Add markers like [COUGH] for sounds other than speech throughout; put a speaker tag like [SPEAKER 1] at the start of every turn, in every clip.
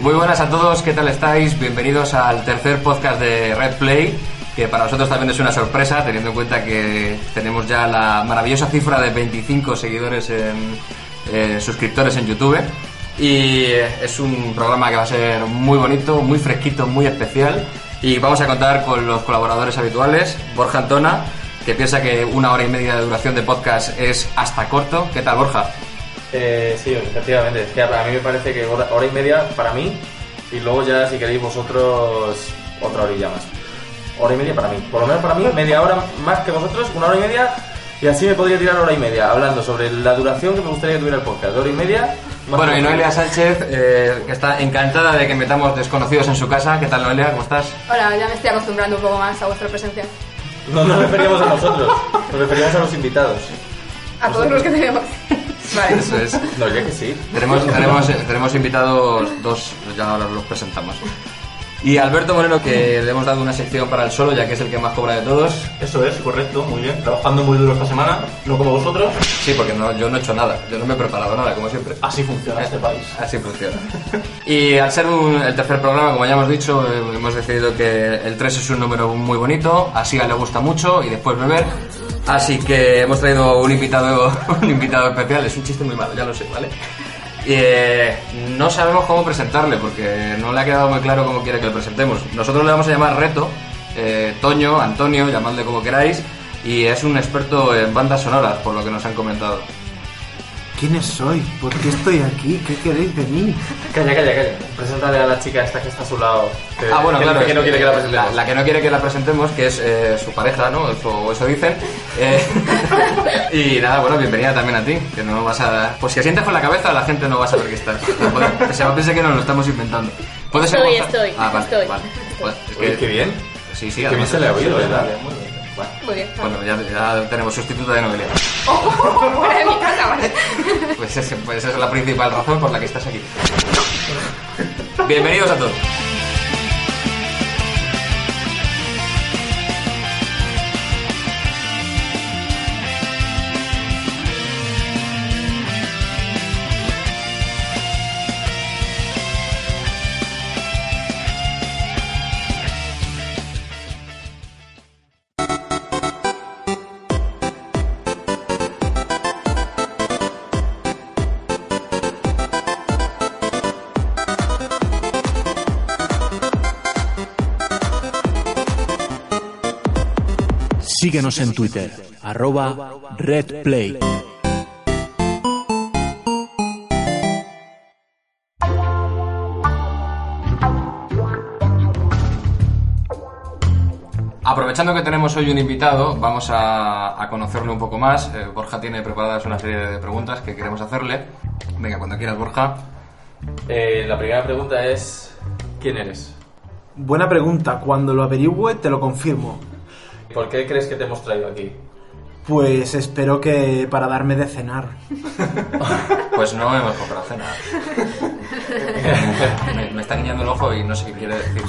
[SPEAKER 1] Muy buenas a todos, ¿qué tal estáis? Bienvenidos al tercer podcast de Red Play, que para nosotros también es una sorpresa, teniendo en cuenta que tenemos ya la maravillosa cifra de 25 seguidores en eh, suscriptores en YouTube. Y eh, es un programa que va a ser muy bonito, muy fresquito, muy especial. Y vamos a contar con los colaboradores habituales, Borja Antona, que piensa que una hora y media de duración de podcast es hasta corto. ¿Qué tal, Borja?
[SPEAKER 2] Eh, sí, efectivamente. Es que a mí me parece que hora, hora y media para mí y luego ya si queréis vosotros otra horilla más. Hora y media para mí. Por lo menos para mí media hora más que vosotros, una hora y media y así me podría tirar hora y media hablando sobre la duración que me gustaría que tuviera el podcast. Hora y media. más
[SPEAKER 1] Bueno,
[SPEAKER 2] [LAUGHS]
[SPEAKER 1] y
[SPEAKER 2] que-
[SPEAKER 1] Noelia Sánchez, eh, que está encantada de que metamos desconocidos en su casa. ¿Qué tal, Noelia? ¿Cómo estás?
[SPEAKER 3] Hola, ya me estoy acostumbrando un poco más a vuestra presencia.
[SPEAKER 2] No nos referíamos a nosotros, nos referíamos a los invitados.
[SPEAKER 3] A todos los
[SPEAKER 1] [LAUGHS]
[SPEAKER 3] que tenemos. Vale.
[SPEAKER 1] Eso es.
[SPEAKER 2] No, ya que sí.
[SPEAKER 1] Tenemos, tenemos, tenemos invitados dos, ya ahora los presentamos. Y Alberto Moreno, que le hemos dado una sección para el solo, ya que es el que más cobra de todos.
[SPEAKER 4] Eso es, correcto, muy bien. Trabajando muy duro esta semana, no como vosotros.
[SPEAKER 1] Sí, porque no, yo no he hecho nada, yo no me he preparado nada, como siempre.
[SPEAKER 4] Así funciona este país.
[SPEAKER 1] Así funciona. Y al ser un- el tercer programa, como ya hemos dicho, eh, hemos decidido que el 3 es un número muy bonito, a Siga le gusta mucho y después beber. Así que hemos traído un invitado, [LAUGHS] un invitado especial, es un chiste muy malo, ya lo sé, ¿vale? Y, eh, no sabemos cómo presentarle porque no le ha quedado muy claro cómo quiere que lo presentemos. Nosotros le vamos a llamar Reto, eh, Toño, Antonio, llamadle como queráis, y es un experto en bandas sonoras, por lo que nos han comentado.
[SPEAKER 5] ¿Quiénes soy? ¿Por qué estoy aquí? ¿Qué queréis de mí?
[SPEAKER 2] Calla, calla, calla. Preséntale a la chica esta que está a su lado. que-
[SPEAKER 1] Ah, bueno,
[SPEAKER 2] que-
[SPEAKER 1] claro.
[SPEAKER 2] Que no quiere que la
[SPEAKER 1] La,
[SPEAKER 2] presentemos.
[SPEAKER 1] la que no quiere que la presentemos, que es eh, su pareja, ¿no? Eso, o eso dicen. Eh, [LAUGHS] y nada, bueno, bienvenida también a ti, que no vas a... Pues si asientas con la cabeza, la gente no va a saber que estás. Puede- Se va a pensar que nos lo estamos inventando. ¿Puedes
[SPEAKER 6] Estoy,
[SPEAKER 1] Borja?
[SPEAKER 6] estoy,
[SPEAKER 1] Ah, vale,
[SPEAKER 6] estoy.
[SPEAKER 1] vale. Joder, es
[SPEAKER 2] Oye, qué bien.
[SPEAKER 1] Sí, sí,
[SPEAKER 2] Que bien
[SPEAKER 1] además-
[SPEAKER 2] se le ha oído, ¿verdad?
[SPEAKER 4] Muy bien. Bueno,
[SPEAKER 3] Muy bien. Oh,
[SPEAKER 1] Bueno, ya, ya tenemos sustituta de Noelia.
[SPEAKER 3] Fuera de mi
[SPEAKER 1] [LAUGHS]
[SPEAKER 3] casa, vale.
[SPEAKER 1] Pues, ese- pues esa es la principal razón por la que estás aquí. Bienvenidos a todos.
[SPEAKER 7] Síguenos en Twitter, arroba RedPlay.
[SPEAKER 1] Aprovechando que tenemos hoy un invitado, vamos a, a conocerlo un poco más. Eh, Borja tiene preparadas una serie de preguntas que queremos hacerle. Venga, cuando quieras, Borja.
[SPEAKER 2] Eh, la primera pregunta es: ¿quién eres?
[SPEAKER 5] Buena pregunta, cuando lo averigüe te lo confirmo.
[SPEAKER 2] ¿Por qué crees que te hemos traído aquí?
[SPEAKER 5] Pues espero que para darme de cenar.
[SPEAKER 1] Pues no hemos comprado
[SPEAKER 3] [LAUGHS]
[SPEAKER 1] cena. me, me está guiñando el ojo y no sé qué quiere decir.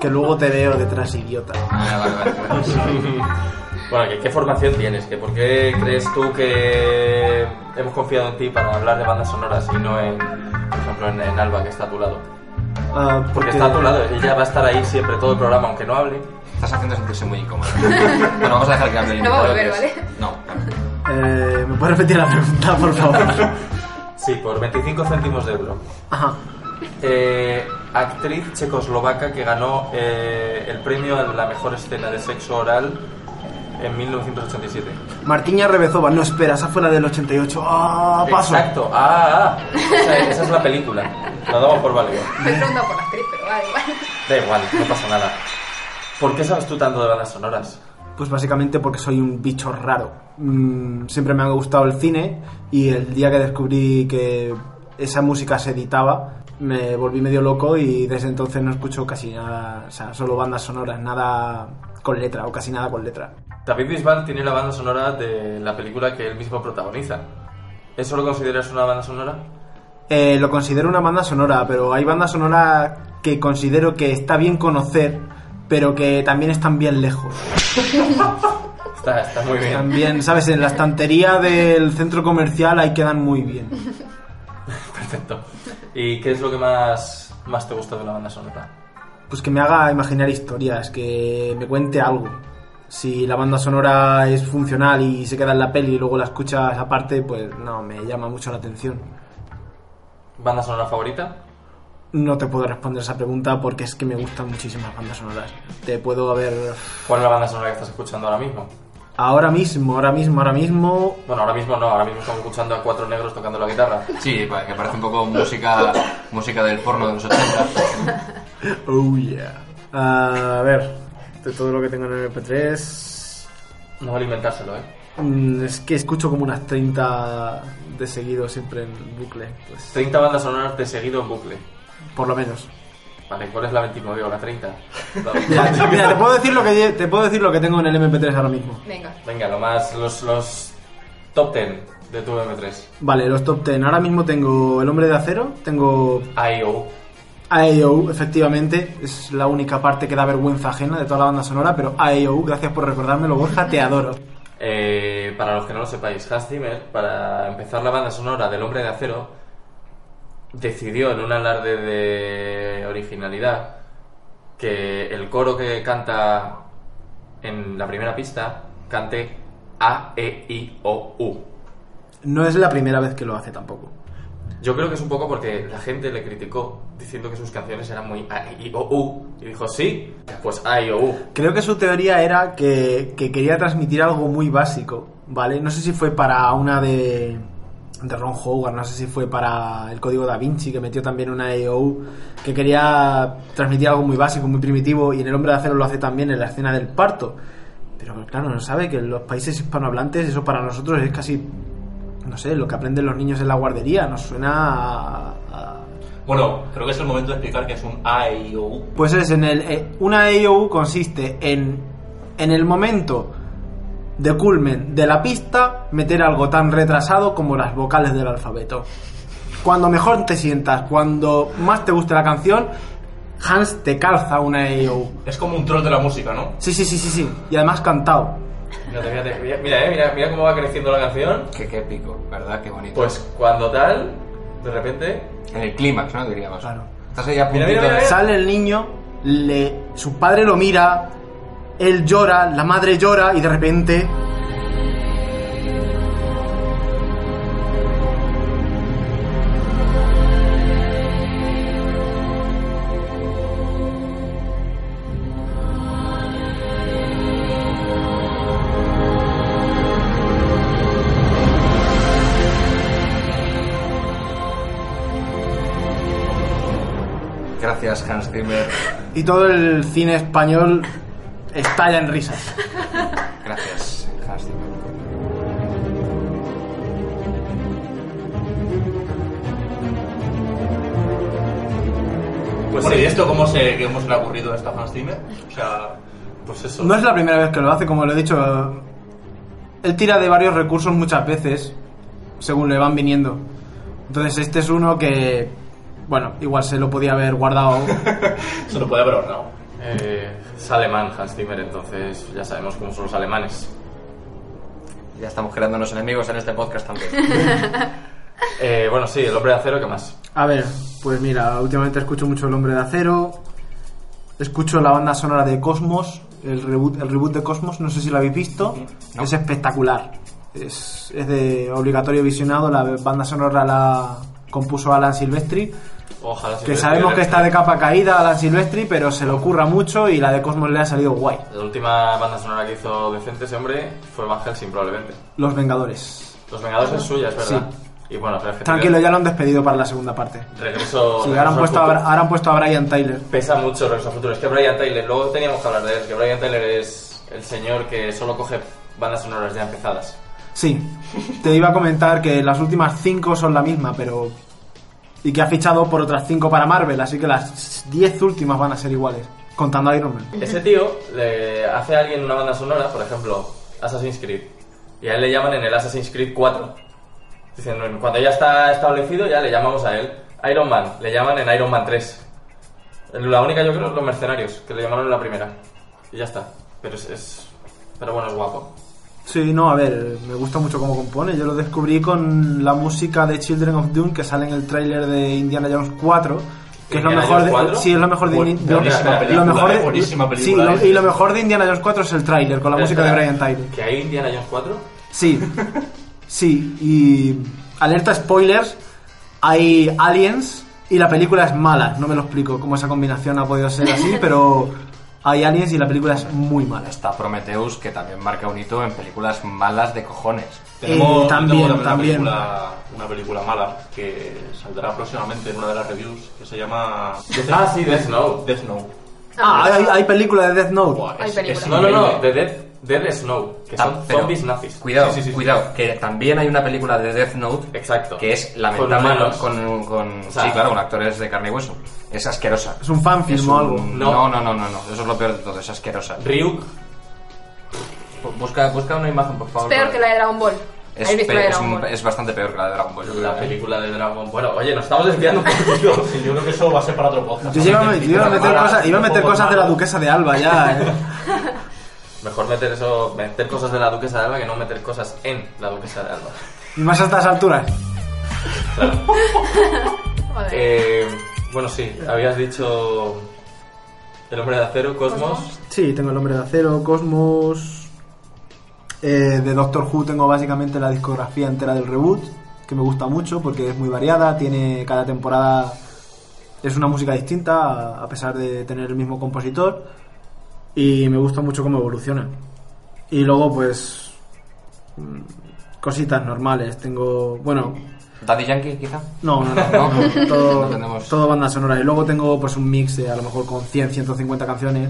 [SPEAKER 5] Que luego te veo detrás, idiota.
[SPEAKER 1] Ah, vale, vale, vale.
[SPEAKER 2] Bueno, ¿qué, qué formación tienes? ¿Que ¿Por qué crees tú que hemos confiado en ti para hablar de bandas sonoras y no en, por ejemplo, en, en Alba, que está a tu lado?
[SPEAKER 5] Ah,
[SPEAKER 2] Porque está a tu lado, ella va a estar ahí siempre todo el programa, aunque no hable.
[SPEAKER 1] Estás haciendo sentirse muy incómodo. Bueno, vamos a dejar que hable el
[SPEAKER 3] No va a
[SPEAKER 1] invitado,
[SPEAKER 3] volver,
[SPEAKER 1] que es-
[SPEAKER 3] ¿vale?
[SPEAKER 1] No, claro.
[SPEAKER 5] Eh, ¿Me puedes repetir la pregunta, por [LAUGHS] favor?
[SPEAKER 2] Sí, por 25 céntimos de euro.
[SPEAKER 5] Ajá.
[SPEAKER 2] Eh, actriz checoslovaca que ganó eh, el premio a la mejor escena de sexo oral en 1987.
[SPEAKER 5] Martiña Rebezova, no espera, esa fue la del 88. ¡Ah, paso!
[SPEAKER 2] Exacto, ah, ah. Esa, esa es la película. La damos por válido.
[SPEAKER 3] Me he preguntado por la actriz, pero vale, igual.
[SPEAKER 2] Da igual, no pasa nada. ¿Por qué sabes tú tanto de bandas sonoras?
[SPEAKER 5] Pues básicamente porque soy un bicho raro. Mm, siempre me ha gustado el cine y el día que descubrí que esa música se editaba, me volví medio loco y desde entonces no escucho casi nada, o sea, solo bandas sonoras, nada con letra o casi nada con letra.
[SPEAKER 2] David Bisbal tiene la banda sonora de la película que él mismo protagoniza. ¿Eso lo consideras una banda sonora?
[SPEAKER 5] Eh, lo considero una banda sonora, pero hay bandas sonoras que considero que está bien conocer, pero que también están bien lejos.
[SPEAKER 2] Está, está muy bien.
[SPEAKER 5] También, ¿sabes? En la estantería del centro comercial ahí quedan muy bien.
[SPEAKER 2] Perfecto. ¿Y qué es lo que más, más te gusta de la banda sonora?
[SPEAKER 5] Pues que me haga imaginar historias, que me cuente algo. Si la banda sonora es funcional y se queda en la peli y luego la escuchas aparte, pues no, me llama mucho la atención.
[SPEAKER 2] ¿Banda sonora favorita?
[SPEAKER 5] No te puedo responder esa pregunta porque es que me gustan muchísimas bandas sonoras. Te puedo haber...
[SPEAKER 2] ¿Cuál es la banda sonora que estás escuchando ahora mismo?
[SPEAKER 5] Ahora mismo, ahora mismo, ahora mismo... [CLEARS THROAT]
[SPEAKER 2] Bueno, ahora mismo no, ahora mismo estamos escuchando a cuatro negros tocando la guitarra.
[SPEAKER 1] Sí, pa- que parece un poco música, música del porno de los 80.
[SPEAKER 5] Oh yeah. A ver, de todo lo que tengo en el MP3...
[SPEAKER 2] No vale inventárselo, ¿eh?
[SPEAKER 5] mm, Es que escucho como unas 30 de seguido siempre en bucle, pues
[SPEAKER 2] 30 bandas sonoras de seguido en bucle.
[SPEAKER 5] por lo menos.
[SPEAKER 2] Vale, ¿cuál es la 29 o la 30?
[SPEAKER 5] Mira, [LAUGHS] mira, te puedo decir lo que lle- te puedo decir lo que tengo en el MP3 ahora mismo.
[SPEAKER 3] Venga.
[SPEAKER 2] Venga, lo más, los, los top 10 de tu M3.
[SPEAKER 5] Vale, los top 10. Ahora mismo tengo El Hombre de Acero, tengo
[SPEAKER 2] I.O.
[SPEAKER 5] AEO, efectivamente. Es la única parte que da vergüenza ajena de toda la banda sonora, pero AEO, gracias por recordármelo, Borja, te adoro.
[SPEAKER 2] Eh, para los que no lo sepáis, Hans Zimmer, para empezar la banda sonora del Hombre de Acero, decidió en un alarde de originalidad que el coro que canta en la primera pista cante A, E, I, O, U.
[SPEAKER 5] No es la primera vez que lo hace tampoco.
[SPEAKER 2] Yo creo que es un poco porque la gente le criticó diciendo que sus canciones eran muy A, E, I, O, U. Y dijo, sí, pues A, I, O, U.
[SPEAKER 5] Creo que su teoría era que, que quería transmitir algo muy básico, ¿vale? No sé si fue para una de, de Ron Howard, no sé si fue para el código da Vinci, que metió también una AEO, que quería transmitir algo muy básico, muy primitivo, y en El Hombre de Acero lo hace también en la escena del parto. Pero claro, no sabe que en los países hispanohablantes eso para nosotros es casi, no sé, lo que aprenden los niños en la guardería, nos suena a- a
[SPEAKER 4] Bueno, creo que es el momento de explicar que es un A, I, O, U.
[SPEAKER 5] pues es en el. eh, una IOU consiste en. En el momento de culmen de la pista, meter algo tan retrasado como las vocales del alfabeto. Cuando mejor te sientas, cuando más te guste la canción, Hans te calza una IOU.
[SPEAKER 4] Es como un troll de la música, ¿no?
[SPEAKER 5] Sí, sí, sí, sí, sí. Y además cantado.
[SPEAKER 2] Mira, mira, mira, mira, eh, mira, mira cómo va creciendo la canción.
[SPEAKER 1] Qué, qué épico, ¿verdad? Qué bonito.
[SPEAKER 2] Pues cuando tal, de repente,
[SPEAKER 1] en el clímax, ¿no? Diríamos.
[SPEAKER 5] Claro.
[SPEAKER 1] Estás ahí a
[SPEAKER 2] Mira,
[SPEAKER 1] puntito
[SPEAKER 2] mira, mira,
[SPEAKER 1] de-
[SPEAKER 5] Sale el niño, le, su padre lo mira, él llora, la madre llora y de repente.
[SPEAKER 1] Gracias, Hans Zimmer.
[SPEAKER 5] Y todo el cine español estalla en risas.
[SPEAKER 1] Gracias, Hans Zimmer.
[SPEAKER 4] Pues bueno, ¿y esto cómo se, cómo se le ha ocurrido a esta Hans Zimmer? O sea,
[SPEAKER 2] pues eso.
[SPEAKER 5] No es la primera vez que lo hace, como lo he dicho. eh, Él tira de varios recursos muchas veces, según le van viniendo. Entonces este es uno que, bueno, igual se lo podía haber guardado.
[SPEAKER 4] se lo puede haber ahorrado.
[SPEAKER 2] Eh, es alemán Hans Zimmer, entonces ya sabemos cómo son los alemanes.
[SPEAKER 1] Ya estamos creándonos enemigos en este podcast también.
[SPEAKER 2] Eh, bueno, sí, el hombre de acero, ¿qué más?
[SPEAKER 5] [LAUGHS] A ver, pues mira, últimamente escucho mucho El Hombre de Acero, escucho la banda sonora de Cosmos, el reboot, el reboot de Cosmos, no sé si lo habéis visto,
[SPEAKER 1] No.
[SPEAKER 5] es espectacular. Es, es de obligatorio visionado, la banda sonora la compuso Alan Silvestri.
[SPEAKER 2] Ojalá se
[SPEAKER 5] Que
[SPEAKER 2] me-
[SPEAKER 5] sabemos que está de capa caída Alan Silvestri, pero se le ocurra mucho y la de Cosmos le ha salido guay.
[SPEAKER 2] La última banda sonora que hizo decente ese hombre fue Van Helsing, probablemente.
[SPEAKER 5] Los Vengadores.
[SPEAKER 2] Los Vengadores es suya, es verdad. Y bueno, pero es que-
[SPEAKER 5] Tranquilo, ya lo han despedido para la segunda parte.
[SPEAKER 2] Regreso.
[SPEAKER 5] Sí,
[SPEAKER 2] regreso
[SPEAKER 5] ahora han,
[SPEAKER 2] al
[SPEAKER 5] puesto a,
[SPEAKER 2] futuro.
[SPEAKER 5] Bra- ahora han puesto a Brian Tyler.
[SPEAKER 2] Pesa mucho Regreso al Futuro. Es que Brian Tyler, luego teníamos que hablar de él, que Brian Tyler es el señor que solo coge bandas sonoras ya empezadas.
[SPEAKER 5] Sí, te iba a comentar que las últimas cinco son la misma, pero. Y que ha fichado por otras cinco para Marvel, así que las diez últimas van a ser iguales, contando a Iron Man.
[SPEAKER 2] Ese tío le hace a alguien una banda sonora, por ejemplo, Assassin's Creed. Y a él le llaman en el Assassin's Creed 4. Diciendo, cuando ya está establecido, ya le llamamos a él. Iron Man, le llaman en Iron Man 3. La única, yo creo, los mercenarios, que le llamaron en la primera. Y ya está. Pero es. es- pero bueno, es guapo.
[SPEAKER 5] Sí, no, a ver, me gusta mucho cómo compone. Yo lo descubrí con la música de Children of Dune que sale en el tráiler de Indiana Jones 4. Que es lo
[SPEAKER 2] ¿Indiana
[SPEAKER 5] mejor
[SPEAKER 2] Jones
[SPEAKER 5] de,
[SPEAKER 2] 4?
[SPEAKER 5] sí, es lo mejor de,
[SPEAKER 4] Buen-
[SPEAKER 5] Indi- de-
[SPEAKER 4] buenísima
[SPEAKER 5] lo
[SPEAKER 4] película,
[SPEAKER 5] mejor de-
[SPEAKER 4] eh, buenísima
[SPEAKER 5] sí,
[SPEAKER 4] película,
[SPEAKER 5] lo-
[SPEAKER 4] eh.
[SPEAKER 5] y lo mejor de Indiana Jones 4 es el tráiler con la música de Brian Tyler.
[SPEAKER 2] ¿Que hay Indiana Jones 4?
[SPEAKER 5] Sí, sí, y alerta spoilers, hay aliens y la película es mala, no me lo explico cómo esa combinación ha podido ser así, pero hay aliens y la película es muy mala.
[SPEAKER 1] Está Prometheus, que también marca un hito en películas malas de cojones.
[SPEAKER 5] Eh, también,
[SPEAKER 4] tenemos una
[SPEAKER 5] también.
[SPEAKER 4] Película, una película mala que saldrá próximamente en una de las reviews que se llama
[SPEAKER 2] Ah, sí, Death Note.
[SPEAKER 4] Death Note.
[SPEAKER 5] Ah, hay, hay película de Death Note.
[SPEAKER 4] Buah,
[SPEAKER 3] Hay
[SPEAKER 4] es-
[SPEAKER 3] película.
[SPEAKER 4] es
[SPEAKER 2] No, no, no,
[SPEAKER 4] increíble.
[SPEAKER 2] de Death, Dead Snow, que
[SPEAKER 1] Ah,
[SPEAKER 2] son
[SPEAKER 1] pero
[SPEAKER 2] zombies nazis.
[SPEAKER 1] Cuidado,
[SPEAKER 4] Sí, sí, sí, sí.
[SPEAKER 1] cuidado, que también hay una película de Death Note
[SPEAKER 2] Exacto.
[SPEAKER 1] que es
[SPEAKER 2] Con
[SPEAKER 1] lamentable
[SPEAKER 2] humanos.
[SPEAKER 1] con, con,
[SPEAKER 2] O sea,
[SPEAKER 1] sí, claro, con actores de carne y hueso. Es asquerosa.
[SPEAKER 5] Es un fanfilm
[SPEAKER 1] Es
[SPEAKER 5] o
[SPEAKER 1] un-
[SPEAKER 5] algo.
[SPEAKER 1] No, no, no, no, no, eso es lo peor de todo, es asquerosa.
[SPEAKER 2] Ryuk.
[SPEAKER 1] Busca, busca una imagen, por favor.
[SPEAKER 3] Peor que la de Dragon Ball.
[SPEAKER 1] Es,
[SPEAKER 3] ¿Habéis visto la
[SPEAKER 1] pe-
[SPEAKER 3] de
[SPEAKER 1] es
[SPEAKER 3] Dragon
[SPEAKER 1] un-
[SPEAKER 3] Ball?
[SPEAKER 1] es bastante peor que la de Dragon Ball. yo creo,
[SPEAKER 2] La
[SPEAKER 1] ¿eh?
[SPEAKER 2] película de Dragon Bueno, oye, nos estamos desviando un [LAUGHS] poquito.
[SPEAKER 4] Sí, yo creo que eso va a ser para otro podcast.
[SPEAKER 5] Yo iba a, yo iba a meter
[SPEAKER 4] Malas,
[SPEAKER 5] cosas, iba a meter
[SPEAKER 4] tampoco
[SPEAKER 5] cosas de la
[SPEAKER 4] malas.
[SPEAKER 5] duquesa de Alba ya. eh.
[SPEAKER 2] Mejor meter eso, meter cosas de la Duquesa de Alba que no meter cosas en la Duquesa de Alba.
[SPEAKER 5] Y más a estas alturas.
[SPEAKER 3] Joder.
[SPEAKER 2] Eh, bueno, sí, habías dicho El Hombre de Acero, Cosmos.
[SPEAKER 3] Cosmos.
[SPEAKER 5] Sí, tengo el hombre de acero, Cosmos. eh, de Doctor Who tengo básicamente la discografía entera del reboot, que me gusta mucho porque es muy variada, tiene cada temporada es una música distinta a- a pesar de tener el mismo compositor y me gusta mucho cómo evoluciona. Y luego pues mm, cositas normales, tengo, bueno,
[SPEAKER 1] Daddy Yankee, quizá.
[SPEAKER 5] no, no, no,
[SPEAKER 1] [LAUGHS] No. No
[SPEAKER 5] todo,
[SPEAKER 1] tenemos.
[SPEAKER 5] todo banda sonora. Y luego tengo pues un mix de a lo mejor con 100, 150 canciones.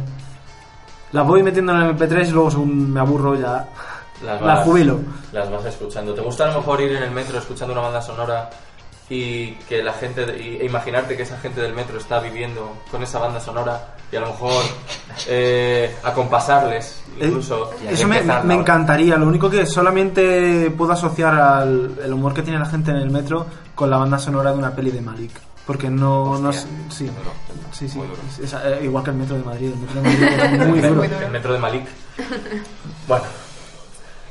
[SPEAKER 5] Las voy metiendo en el MP3 y luego según me aburro ya
[SPEAKER 2] Las
[SPEAKER 5] la
[SPEAKER 2] vas-
[SPEAKER 5] jubilo.
[SPEAKER 2] Las vas escuchando. ¿Te gusta a lo mejor ir en el metro escuchando una banda sonora y que la gente y- e imaginarte que esa gente del metro está viviendo con esa banda sonora y a lo mejor eh, acompasarles
[SPEAKER 5] Eh,
[SPEAKER 2] incluso?
[SPEAKER 1] y hay
[SPEAKER 5] Eso
[SPEAKER 1] que
[SPEAKER 5] me,
[SPEAKER 1] empezar
[SPEAKER 5] me
[SPEAKER 1] ahora.
[SPEAKER 5] encantaría. Lo único que solamente puedo asociar al, el humor que tiene la gente en el metro con la banda sonora de una peli de Malik. Porque no... no es- sí,
[SPEAKER 1] Duro.
[SPEAKER 5] sí, sí.
[SPEAKER 1] Muy duro.
[SPEAKER 5] Es- es, eh, igual que el metro de Madrid. El metro
[SPEAKER 1] [LAUGHS]
[SPEAKER 5] de Madrid es muy
[SPEAKER 2] el,
[SPEAKER 5] duro.
[SPEAKER 2] metro, el metro de Malik. Bueno.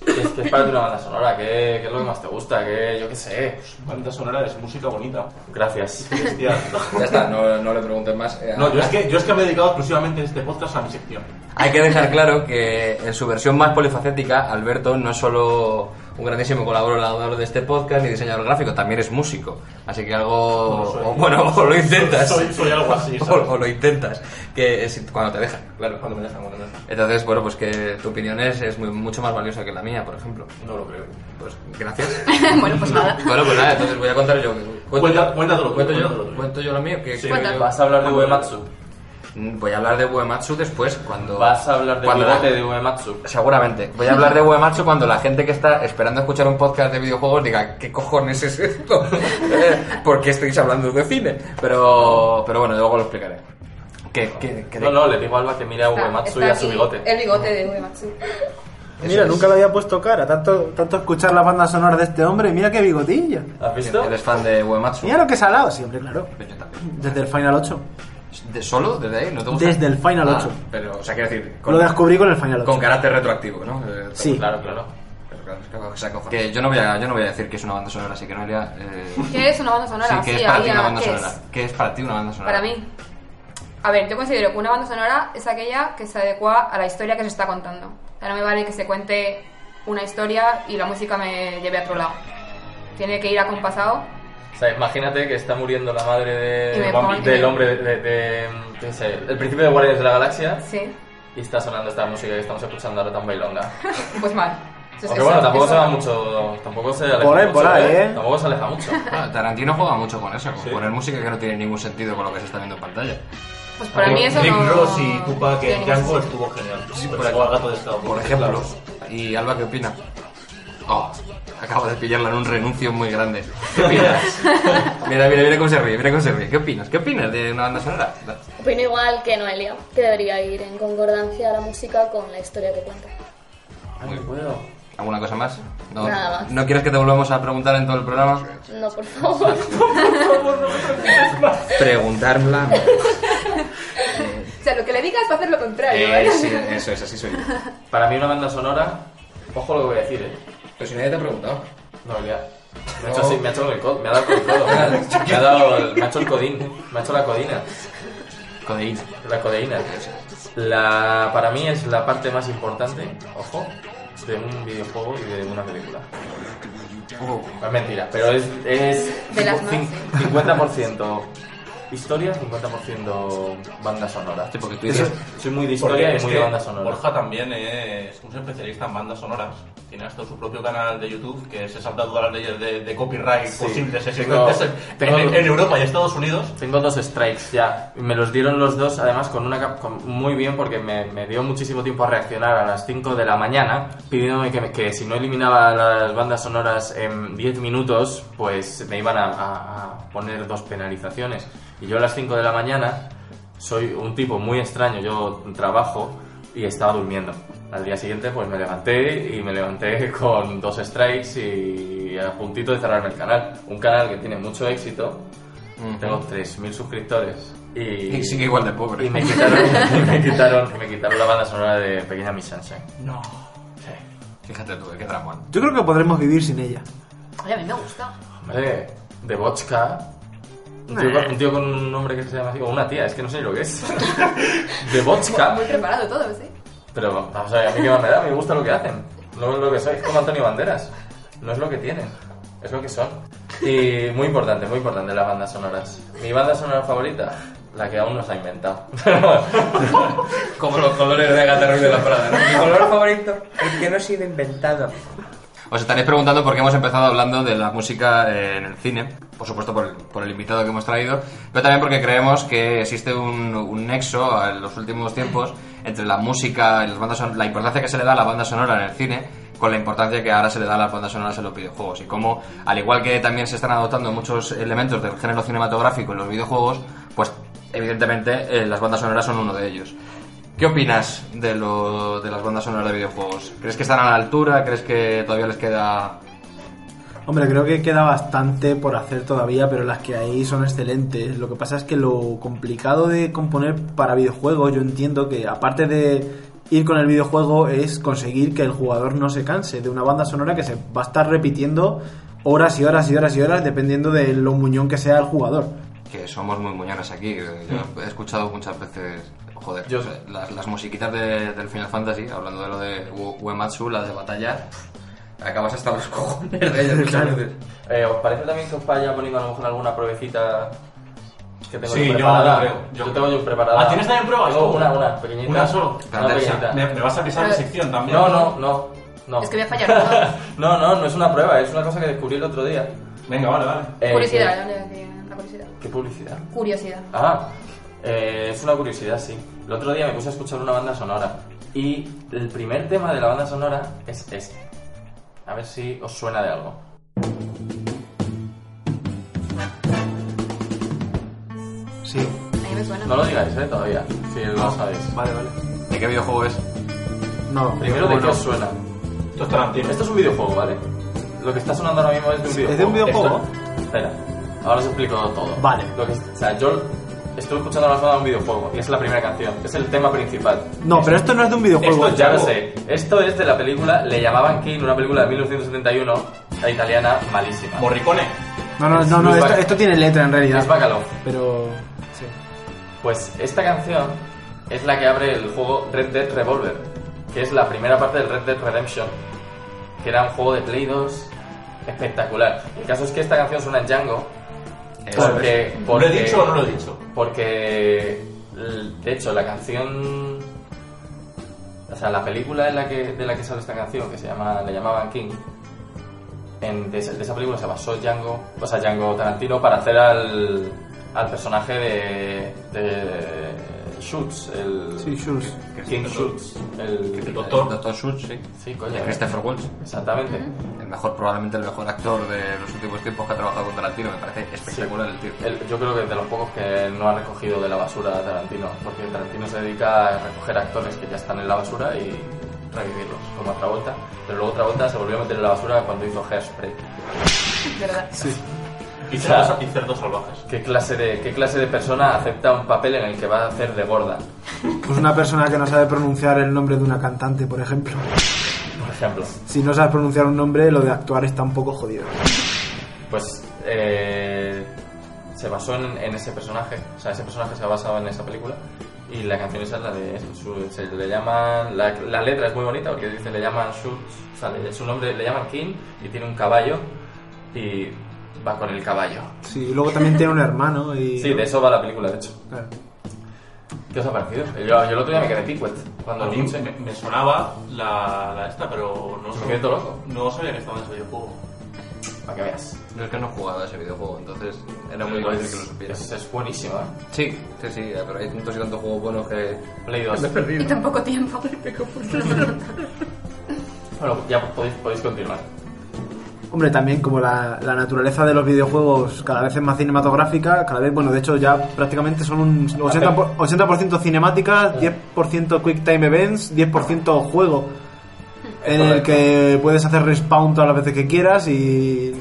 [SPEAKER 2] Es que es para ti una banda sonora, ¿qué, qué es lo que más te gusta? que yo qué sé?
[SPEAKER 4] Banda sonora es música bonita.
[SPEAKER 2] Gracias.
[SPEAKER 4] Hostia.
[SPEAKER 1] Ya está, no, no le pregunten más. Eh,
[SPEAKER 4] No, yo es, que, yo es que me he dedicado exclusivamente en este podcast a mi sección.
[SPEAKER 1] Hay que dejar claro que en su versión más polifacética, Alberto no es solo un grandísimo colaborador de este podcast ni diseñador gráfico, también es músico. Así que algo.
[SPEAKER 4] soy.
[SPEAKER 1] o, bueno, o lo intentas.
[SPEAKER 4] Soy,
[SPEAKER 1] [LAUGHS]
[SPEAKER 4] soy algo así,
[SPEAKER 1] o,
[SPEAKER 4] ¿sabes?
[SPEAKER 1] o lo intentas. Que es cuando te dejan, claro.
[SPEAKER 4] Cuando me dejan, cuando me dejan.
[SPEAKER 1] Entonces, bueno, pues que tu opinión es, es muy- mucho más valiosa que la mía, por ejemplo.
[SPEAKER 4] No lo creo.
[SPEAKER 1] Pues gracias. [LAUGHS]
[SPEAKER 3] [LAUGHS] bueno, pues nada.
[SPEAKER 1] bueno, pues nada, entonces voy a contar yo.
[SPEAKER 4] Cuenta-
[SPEAKER 1] yo-
[SPEAKER 4] cuéntatelo tú,
[SPEAKER 1] Cuento
[SPEAKER 4] cuéntatelo
[SPEAKER 1] yo,
[SPEAKER 4] tú.
[SPEAKER 1] cuento yo lo mío. Que,
[SPEAKER 4] Sí.
[SPEAKER 1] que yo-
[SPEAKER 2] Vas a hablar de Uematsu.
[SPEAKER 1] Mm, Voy a hablar de Uematsu después, cuando.
[SPEAKER 2] Vas a hablar de
[SPEAKER 1] cuando la-
[SPEAKER 2] bigote de Uematsu.
[SPEAKER 1] Seguramente. Voy a hablar de Uematsu cuando la gente que está esperando escuchar un podcast de videojuegos diga, ¿qué cojones es esto? [LAUGHS] ¿Por qué estáis hablando de cine? Pero, pero bueno, luego lo explicaré. ¿Qué, qué, qué-
[SPEAKER 2] No, no, le digo a Alba que mira a
[SPEAKER 3] Está-
[SPEAKER 2] Uematsu
[SPEAKER 3] está
[SPEAKER 2] y a su
[SPEAKER 3] aquí
[SPEAKER 2] bigote.
[SPEAKER 3] El bigote de Uematsu.
[SPEAKER 1] eso
[SPEAKER 5] Mira,
[SPEAKER 1] es?
[SPEAKER 5] nunca le había puesto cara. Tanto, tanto escuchar la banda sonora de este hombre. y Mira qué bigotilla.
[SPEAKER 2] ¿Has visto?
[SPEAKER 1] ¿Eres fan de Uematsu?
[SPEAKER 5] Mira lo que es alado. Siempre, claro.
[SPEAKER 1] Yo también.
[SPEAKER 5] Desde el Final 8.
[SPEAKER 1] ¿De solo? ¿Desde ahí? ¿No te gusta?
[SPEAKER 5] Desde el Final
[SPEAKER 1] Ah,
[SPEAKER 5] 8.
[SPEAKER 1] Pero, o sea, quiero decir,
[SPEAKER 5] Lo descubrí con el Final 8.
[SPEAKER 1] con carácter retroactivo, ¿no? Eh,
[SPEAKER 5] Sí.
[SPEAKER 2] Claro, claro.
[SPEAKER 1] pero claro, es que se acojo. Que yo no voy a, yo no voy a decir que es una banda sonora, así que no iría. Eh...
[SPEAKER 3] ¿Qué es una banda
[SPEAKER 1] Sí,
[SPEAKER 3] sonora?
[SPEAKER 1] que es
[SPEAKER 3] Sí,
[SPEAKER 1] para ti
[SPEAKER 3] había-
[SPEAKER 1] una banda
[SPEAKER 3] ¿qué es?
[SPEAKER 1] sonora. ¿Qué es para ti una banda sonora?
[SPEAKER 3] Para
[SPEAKER 2] Ah.
[SPEAKER 3] mí. A ver, yo considero que una banda sonora es aquella que se adecua a la historia que se está contando. O sea, no me vale que se cuente una historia y la música me lleve a otro lado. Tiene que ir acompasado.
[SPEAKER 2] O sea, imagínate que está muriendo la madre de-
[SPEAKER 3] Y me
[SPEAKER 2] Juan-
[SPEAKER 3] pone-
[SPEAKER 2] del hombre de, de- de- yo qué sé, el príncipe de Guardianes de la Galaxia
[SPEAKER 3] Sí,
[SPEAKER 2] y está sonando esta música que estamos escuchando ahora tan
[SPEAKER 3] [LAUGHS]
[SPEAKER 2] bailonga.
[SPEAKER 3] pues mal. Entonces,
[SPEAKER 2] Aunque
[SPEAKER 3] eso-
[SPEAKER 2] bueno, tampoco
[SPEAKER 3] eso-
[SPEAKER 2] se va mucho, tampoco se aleja
[SPEAKER 5] Por ahí,
[SPEAKER 2] mucho,
[SPEAKER 5] por ahí, ¿eh?
[SPEAKER 2] Tampoco se aleja mucho.
[SPEAKER 1] Ah, Tarantino juega mucho con eso, con poner música que no tiene ningún sentido con lo que se está viendo en pantalla.
[SPEAKER 3] Pues para mí eso
[SPEAKER 4] Rick
[SPEAKER 3] no...
[SPEAKER 4] Ross y Tupac
[SPEAKER 3] tiene
[SPEAKER 4] en
[SPEAKER 3] ningún
[SPEAKER 4] Django
[SPEAKER 3] sentido.
[SPEAKER 4] estuvo genial. por el gato de Estado.
[SPEAKER 1] Por ejemplo. ¿Y Alba qué opina? Oh, acabo de pillarla en un renuncio muy grande. [LAUGHS] ¿Qué opinas? mira, mira, mira cómo se ríe, mira cómo se ríe. ¿Qué opinas? ¿Qué opinas de una banda sonora?
[SPEAKER 6] Opino igual que Noelia, que debería ir en concordancia la música con la historia que cuenta.
[SPEAKER 5] Ah,
[SPEAKER 2] Ay, no puedo.
[SPEAKER 1] ¿Alguna cosa más? No,
[SPEAKER 6] Nada más.
[SPEAKER 1] ¿No quieres que te volvamos a preguntar en todo el programa?
[SPEAKER 6] No, por
[SPEAKER 4] [LAUGHS]
[SPEAKER 6] favor.
[SPEAKER 1] Preguntarla.
[SPEAKER 2] Eh,
[SPEAKER 3] O sea, lo que le digas va a hacer lo contrario. ¿vale?
[SPEAKER 1] sí, Eh, eso es, así soy yo.
[SPEAKER 2] Para mí una banda sonora Ojo lo que voy a decir, eh.
[SPEAKER 1] Pero Pues si nadie te ha preguntado.
[SPEAKER 2] No, Elia. Me ha,
[SPEAKER 1] No.
[SPEAKER 2] hecho así, me ha hecho con el codo, me ha dado con el codo. me, ha dado el- me ha hecho el codín, me ha hecho la codina.
[SPEAKER 1] Codeín.
[SPEAKER 2] La codeína. La, para mí es la parte más importante, ojo, de un videojuego y de una película. Es mentira, pero es, es
[SPEAKER 3] De las más,
[SPEAKER 2] cin-
[SPEAKER 3] sí.
[SPEAKER 2] 50% historia, 50% banda sonora.
[SPEAKER 1] Sí, porque tú dices-
[SPEAKER 2] soy muy de historia y
[SPEAKER 4] es
[SPEAKER 2] muy
[SPEAKER 4] que
[SPEAKER 2] de banda sonora.
[SPEAKER 4] Borja también es un especialista en bandas sonoras. Tiene hasta su propio canal de YouTube que se salta todas las leyes de, de copyright
[SPEAKER 2] Sí.
[SPEAKER 4] posibles
[SPEAKER 2] Tengo-
[SPEAKER 4] existentes en,
[SPEAKER 2] tengo-
[SPEAKER 4] en- en Europa y Estados Unidos.
[SPEAKER 2] Tengo dos strikes ya. Me los dieron los dos, además, con una cap- con- muy bien porque me, me dio muchísimo tiempo a reaccionar a las 5 de la mañana, pidiéndome que, me- que si no eliminaba las bandas sonoras en 10 minutos, pues me iban a, a- a poner dos penalizaciones. Y yo a las 5 de la mañana soy un tipo muy extraño, yo trabajo y estaba durmiendo. Al día siguiente pues me levanté y me levanté [LAUGHS] con dos strikes y a puntito de cerrarme el canal. Un canal que tiene mucho éxito, tengo 3.000 suscriptores. Y,
[SPEAKER 1] Mm. Y sigue igual de pobre.
[SPEAKER 2] y me, quitaron, y me, quitaron, me quitaron la banda sonora de Pequeña Miss Sunshine.
[SPEAKER 4] No.
[SPEAKER 2] Sí.
[SPEAKER 1] Fíjate tú, qué drama.
[SPEAKER 5] Yo creo que podremos vivir sin ella.
[SPEAKER 3] Oye, a mí me gusta.
[SPEAKER 2] Hombre, de Bochka. Un tío, con- un tío con un nombre que se llama así, o una tía, es que no sé ni lo que es. [LAUGHS] De Bochka.
[SPEAKER 3] Muy preparado todo, ¿sí?
[SPEAKER 2] Pero vamos a ver, a mí qué más me da, me gusta lo que hacen. No es lo que soy, es como Antonio Banderas. No es lo que tienen, es lo que son. Y muy importante, muy importante las bandas sonoras. Mi banda sonora favorita, la que aún no se ha [LAUGHS] inventado.
[SPEAKER 1] Como los colores de Gatarro y de la Prada. ¿no?
[SPEAKER 8] color favorito, el que no ha sido inventado.
[SPEAKER 1] Os estaréis preguntando por qué hemos empezado hablando de la música eh, en el cine, por supuesto por el, por el invitado que hemos traído, pero también porque creemos que existe un, un nexo en los últimos tiempos entre la música, y las bandas son- la importancia que se le da a la banda sonora en el cine con la importancia que ahora se le da a las bandas sonoras en los videojuegos y cómo, al igual que también se están adoptando muchos elementos del género cinematográfico en los videojuegos, pues evidentemente eh, las bandas sonoras son uno de ellos. ¿Qué opinas de, lo, de las bandas sonoras de videojuegos? ¿Crees que están a la altura? ¿Crees que todavía les queda...?
[SPEAKER 5] Hombre, creo que queda bastante por hacer todavía, pero las que hay son excelentes. Lo que pasa es que lo complicado de componer para videojuegos, yo entiendo que aparte de ir con el videojuego, es conseguir que el jugador no se canse de una banda sonora que se va a estar repitiendo horas y horas y horas y horas, dependiendo de lo muñón que sea el jugador.
[SPEAKER 1] Que somos muy muñones aquí. Yo he escuchado muchas veces... Joder,
[SPEAKER 2] Yo-
[SPEAKER 1] las, las musiquitas de- del Final Fantasy, hablando de lo de Ue- Uematsu, la de batalla, acabas hasta los [LAUGHS] cojones de ellas muchas
[SPEAKER 5] Claro.
[SPEAKER 1] veces.
[SPEAKER 2] Eh, ¿Os parece también que os vaya poniendo a lo mejor alguna pruebecita que tengo
[SPEAKER 4] Sí,
[SPEAKER 2] yo
[SPEAKER 4] yo-
[SPEAKER 2] preparada?
[SPEAKER 4] yo creo, yo creo.
[SPEAKER 2] tengo yo preparada.
[SPEAKER 4] Ah, ¿tienes también pruebas
[SPEAKER 2] Tengo
[SPEAKER 4] tú?
[SPEAKER 2] una, una, pequeñita.
[SPEAKER 4] ¿Una solo?
[SPEAKER 2] Una pequeñita.
[SPEAKER 4] Me, me vas a pisar la sección también.
[SPEAKER 2] No, no, no, no. Eh,
[SPEAKER 3] Es que voy a
[SPEAKER 2] [LAUGHS]
[SPEAKER 3] fallar todas.
[SPEAKER 2] No, no, no es una prueba, es una cosa que descubrí el otro día.
[SPEAKER 4] Venga, vale, vale.
[SPEAKER 2] Eh,
[SPEAKER 3] curiosidad, ¿no? Le decía, La curiosidad.
[SPEAKER 2] ¿Qué publicidad?
[SPEAKER 3] Curiosidad.
[SPEAKER 2] Ah, eh, es una curiosidad, sí. El otro día me puse a escuchar una banda sonora y el primer tema de la banda sonora es este. A ver si os suena de algo.
[SPEAKER 5] Sí,
[SPEAKER 3] A mí me suena.
[SPEAKER 2] No lo digáis, ¿eh? Todavía, si lo sabéis.
[SPEAKER 5] vale, vale.
[SPEAKER 1] ¿De qué videojuego es?
[SPEAKER 5] No,
[SPEAKER 2] Primero, ¿de qué os suena?
[SPEAKER 4] Esto es Tarantino.
[SPEAKER 2] Esto es un videojuego, ¿vale? Lo que está sonando ahora mismo es de un videojuego.
[SPEAKER 5] ¿Es de un videojuego?
[SPEAKER 2] Esto- Espera, ahora os explico todo.
[SPEAKER 5] Vale.
[SPEAKER 2] Lo que, o sea, yo estoy escuchando la sonora de un videojuego y es la primera canción, es el tema principal.
[SPEAKER 5] no, pero esto no es de un videojuego.
[SPEAKER 2] Esto ya lo sé. Esto es de la película Le llamaban King, una película de 1971, la italiana malísima.
[SPEAKER 4] Morricone.
[SPEAKER 5] No, no, no, no, esto, esto tiene letra en
[SPEAKER 2] Es
[SPEAKER 5] realidad.
[SPEAKER 2] Bacalov.
[SPEAKER 5] Pero... Sí.
[SPEAKER 2] Pues esta canción es la que abre el juego Red Dead Revolver, que es la primera parte del Red Dead Redemption, que era un juego de Play 2 espectacular. El caso es que esta canción suena en Django, porque,
[SPEAKER 4] ¿Lo
[SPEAKER 2] porque-
[SPEAKER 4] he dicho o no lo he dicho?
[SPEAKER 2] Porque, l- de hecho, la canción. O sea, la película en la que, de la que sale esta canción, que se llama le llamaban King, en, de, esa- de esa película se basó Django, o sea, Django Tarantino para hacer al, al personaje de. de Schultz, el.
[SPEAKER 5] Sí, Shoes.
[SPEAKER 2] King Schultz, el.
[SPEAKER 4] Doctor.
[SPEAKER 1] Doctor Schultz, sí.
[SPEAKER 2] Sí, coño.
[SPEAKER 1] De Christopher Waltz.
[SPEAKER 2] Exactamente.
[SPEAKER 1] El mejor, probablemente el mejor actor de los últimos tiempos que ha trabajado con Tarantino. Me parece espectacular el tío.
[SPEAKER 2] El- yo creo que es de los pocos que no ha recogido de la basura a Tarantino, porque Tarantino se dedica a recoger actores que ya están en la basura y revivirlos, como a Travolta. Pero luego Travolta se volvió a meter en la basura cuando hizo Hairspray.
[SPEAKER 3] ¿Verdad?
[SPEAKER 4] Y
[SPEAKER 2] sea-
[SPEAKER 4] cerdos, y cerdos salvajes.
[SPEAKER 2] ¿Qué clase, de, ¿Qué clase de persona acepta un papel en el que va a hacer de gorda?
[SPEAKER 5] Pues una persona que no sabe pronunciar el nombre de una cantante, por ejemplo. [LAUGHS]
[SPEAKER 2] Por ejemplo.
[SPEAKER 5] Si no sabes pronunciar un nombre, lo de actuar está un poco jodido.
[SPEAKER 2] Pues eh, se basó en, en ese personaje, o sea, ese personaje se ha basado en esa película y la canción esa es la de su- se le llaman la, la letra es muy bonita porque dice le llaman su, o sea, le- su nombre le llaman King y tiene un caballo y va con el caballo.
[SPEAKER 5] Sí, y luego también tiene un hermano y...
[SPEAKER 2] Sí, de eso va la película, de hecho.
[SPEAKER 5] Claro.
[SPEAKER 2] ¿Qué os ha parecido? Yo, yo el otro día me quedé picuet cuando
[SPEAKER 4] A
[SPEAKER 2] lo
[SPEAKER 4] mí me,
[SPEAKER 2] escuché.
[SPEAKER 4] me sonaba la, la esta, pero no
[SPEAKER 2] Me quedé todo loco,
[SPEAKER 4] No sabía que estaba en ese videojuego.
[SPEAKER 2] para que veas.
[SPEAKER 1] No es que no he jugado a ese videojuego, entonces era muy
[SPEAKER 2] Pues,
[SPEAKER 1] difícil que lo supiera.
[SPEAKER 2] Es, es buenísimo, ¿eh?
[SPEAKER 1] Sí, sí, sí, eh, pero hay tantos y tantos juegos buenos que...
[SPEAKER 2] Play 2.
[SPEAKER 3] Y tan poco tiempo. [LAUGHS]
[SPEAKER 2] bueno, ya podéis, podéis continuar.
[SPEAKER 5] Hombre, también como la, la naturaleza de los videojuegos cada vez es más cinematográfica, cada vez, bueno, de hecho ya prácticamente son un 80%, por- 80 cinemáticas, 10% quick time events, 10% juego, en el que puedes hacer respawn todas las veces que quieras y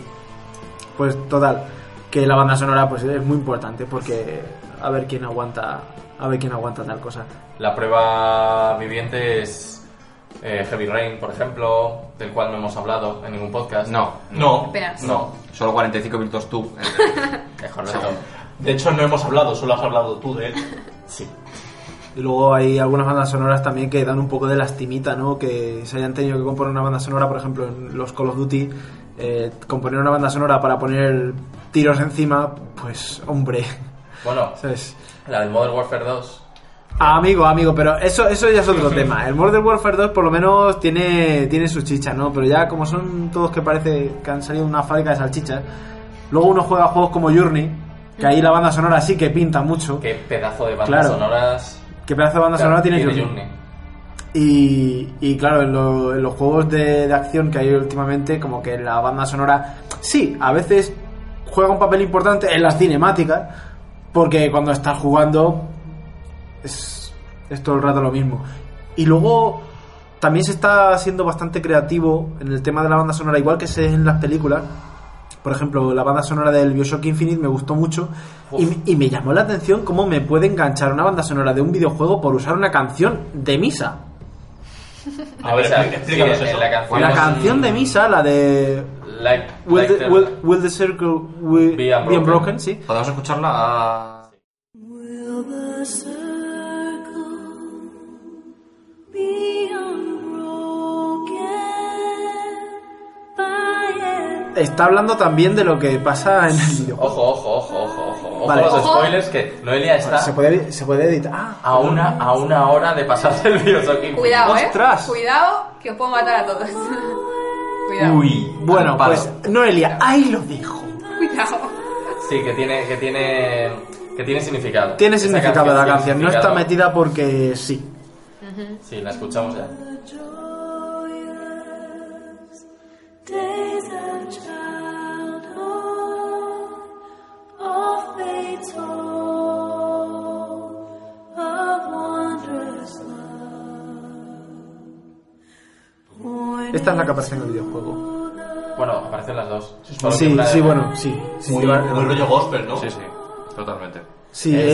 [SPEAKER 5] pues total, que la banda sonora pues es muy importante porque a ver quién aguanta, a ver quién aguanta tal cosa.
[SPEAKER 2] La prueba viviente es eh, Heavy Rain, por ejemplo, del cual no hemos hablado en ningún podcast.
[SPEAKER 1] No,
[SPEAKER 4] No,
[SPEAKER 3] Apenas.
[SPEAKER 2] No,
[SPEAKER 1] solo 45 minutos tú. Eh,
[SPEAKER 2] es correcto.
[SPEAKER 4] de hecho no hemos hablado, solo has hablado tú de él.
[SPEAKER 2] Sí.
[SPEAKER 5] Y luego hay algunas bandas sonoras también que dan un poco de lastimita, ¿no? Que se hayan tenido que componer una banda sonora, por ejemplo, en los Call of Duty, eh, componer una banda sonora para poner tiros encima, pues, hombre, [LAUGHS]
[SPEAKER 2] Bueno,
[SPEAKER 5] ¿sabes?
[SPEAKER 2] la del Modern Warfare 2.
[SPEAKER 5] Ah, amigo, amigo, pero eso, eso ya es otro tema. El Modern Warfare 2 por lo menos tiene, tiene su chicha, ¿no? Pero ya como son todos que parece que han salido de una fábrica de salchichas, luego uno juega juegos como Journey, que ahí la banda sonora sí que pinta mucho.
[SPEAKER 2] Qué pedazo de bandas
[SPEAKER 5] Claro.
[SPEAKER 2] sonoras.
[SPEAKER 5] ¿Qué pedazo de banda
[SPEAKER 2] Claro,
[SPEAKER 5] sonora tiene, Journey? Y, y claro, en, lo- en los juegos de, de acción que hay últimamente, como que la banda sonora, sí, a veces juega un papel importante en las cinemáticas, porque cuando estás jugando es, es todo el rato lo mismo. Y luego también se está siendo bastante creativo en el tema de la banda sonora, igual que se es en las películas. Por ejemplo, la banda sonora del Bioshock Infinite me gustó mucho y, y me llamó la atención cómo me puede enganchar una banda sonora de un videojuego por usar una canción de misa.
[SPEAKER 4] A ver,
[SPEAKER 2] O sea,
[SPEAKER 4] explí- explícanos
[SPEAKER 2] sí, en- en
[SPEAKER 4] eso.
[SPEAKER 2] la canción.
[SPEAKER 5] la
[SPEAKER 2] es-
[SPEAKER 5] canción de misa, la de
[SPEAKER 2] Like,
[SPEAKER 5] Will
[SPEAKER 2] like
[SPEAKER 5] the,
[SPEAKER 2] the-
[SPEAKER 5] will, will the circle wi- be
[SPEAKER 2] Be
[SPEAKER 5] unbroken.
[SPEAKER 2] unbroken.
[SPEAKER 5] sí.
[SPEAKER 1] Podemos escucharla a...
[SPEAKER 5] Está hablando también de lo que pasa en el videojuego.
[SPEAKER 2] Ojo, ojo, ojo, ojo, ojo. Ojo
[SPEAKER 5] Vale.
[SPEAKER 2] a los
[SPEAKER 3] Ojo.
[SPEAKER 2] spoilers que Noelia está
[SPEAKER 5] Se puede, se puede editar. Ah,
[SPEAKER 2] a, una, a una hora de pasarse el Bioshock Infinite.
[SPEAKER 3] Cuidado, eh.
[SPEAKER 5] ¡Ostras!
[SPEAKER 3] Cuidado, que os puedo matar a todos. Cuidado.
[SPEAKER 5] bueno,
[SPEAKER 1] al palo.
[SPEAKER 5] pues Noelia, ahí lo dijo.
[SPEAKER 3] Cuidado.
[SPEAKER 2] Sí, que tiene, que tiene, que tiene significado.
[SPEAKER 5] Tiene
[SPEAKER 2] Esa
[SPEAKER 5] significado la
[SPEAKER 2] tiene
[SPEAKER 5] canción, no está
[SPEAKER 2] significado.
[SPEAKER 5] metida porque sí.
[SPEAKER 2] Sí, la escuchamos ya.
[SPEAKER 5] Esta es la que aparece en el videojuego.
[SPEAKER 2] Bueno, aparecen las dos.
[SPEAKER 5] Sí,
[SPEAKER 2] Solo que
[SPEAKER 5] sí,
[SPEAKER 2] una-
[SPEAKER 5] bueno, sí. Sí,
[SPEAKER 4] Muy, muy rollo gospel, ¿no?
[SPEAKER 1] Sí, sí, totalmente.
[SPEAKER 5] Sí,
[SPEAKER 2] Es,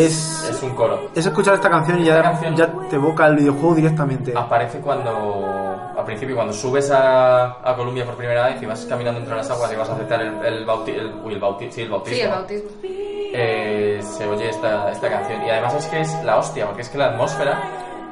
[SPEAKER 5] es,
[SPEAKER 2] es un coro.
[SPEAKER 5] es escuchar esta canción y
[SPEAKER 2] Esta
[SPEAKER 5] ya,
[SPEAKER 2] canción- Ah,
[SPEAKER 5] ya te evoca el videojuego directamente.
[SPEAKER 2] Aparece cuando, al principio, cuando subes a, a Colombia por primera vez y vas caminando entre las aguas y vas a aceptar el, el bautismo. El, uy, el bauti- sí, el bautismo.
[SPEAKER 3] Sí, el bautismo.
[SPEAKER 2] Eh, se oye esta, esta canción. Y además es que es la hostia, porque es que la atmósfera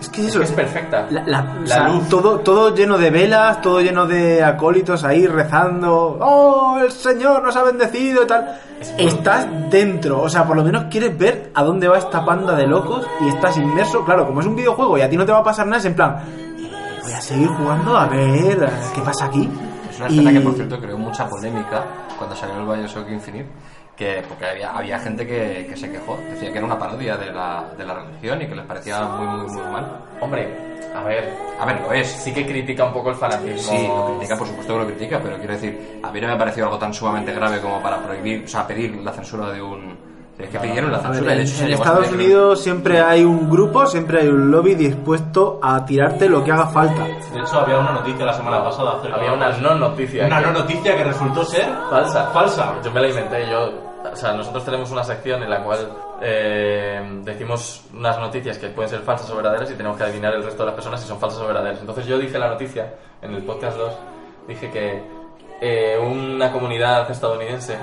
[SPEAKER 5] Es que
[SPEAKER 2] es,
[SPEAKER 5] eso
[SPEAKER 2] que es perfecta.
[SPEAKER 5] La, la- o
[SPEAKER 2] La
[SPEAKER 5] sea,
[SPEAKER 2] luz.
[SPEAKER 5] Todo, todo lleno de velas, todo lleno de acólitos ahí rezando. ¡Oh, el Señor nos ha bendecido! y tal. Estás dentro, o sea, por lo menos quieres ver a dónde va esta panda de locos y estás inmerso. Claro, como es un videojuego y a ti no te va a pasar nada, es en plan, eh, voy a seguir jugando a ver eh, qué pasa aquí.
[SPEAKER 1] Es una
[SPEAKER 5] Y-
[SPEAKER 1] escena que, por cierto, creó mucha polémica cuando salió el Bioshock Infinite, que, porque había, había gente que, que se quejó, decía que era una parodia de la, de la religión y que les parecía muy, muy, muy mal.
[SPEAKER 2] Hombre, a ver,
[SPEAKER 1] A ver, lo es.
[SPEAKER 2] sí que critica un poco el fanatismo.
[SPEAKER 1] Sí, lo critica, por supuesto que lo critica, pero quiero decir, a mí no me ha parecido algo tan sumamente grave como para prohibir, o sea, pedir la censura de un... Es que pidieron la
[SPEAKER 5] A ver,
[SPEAKER 1] censura, y de
[SPEAKER 5] en-
[SPEAKER 1] hecho se
[SPEAKER 5] en
[SPEAKER 1] llegó a
[SPEAKER 5] Estados
[SPEAKER 1] pedir-
[SPEAKER 5] Unidos siempre hay un grupo, siempre hay un lobby dispuesto a tirarte lo que haga falta.
[SPEAKER 4] De hecho, había una noticia la semana pasada acerca
[SPEAKER 2] Había una no noticia.
[SPEAKER 4] una
[SPEAKER 2] que-
[SPEAKER 4] no noticia que resultó ser
[SPEAKER 2] Falsa.
[SPEAKER 4] falsa.
[SPEAKER 2] Yo me la inventé, yo O sea, nosotros tenemos una sección en la cual eh, decimos unas noticias que pueden ser falsas o verdaderas y tenemos que adivinar el resto de las personas si son falsas o verdaderas. Entonces yo dije la noticia en el podcast 2, dije que eh, una comunidad estadounidense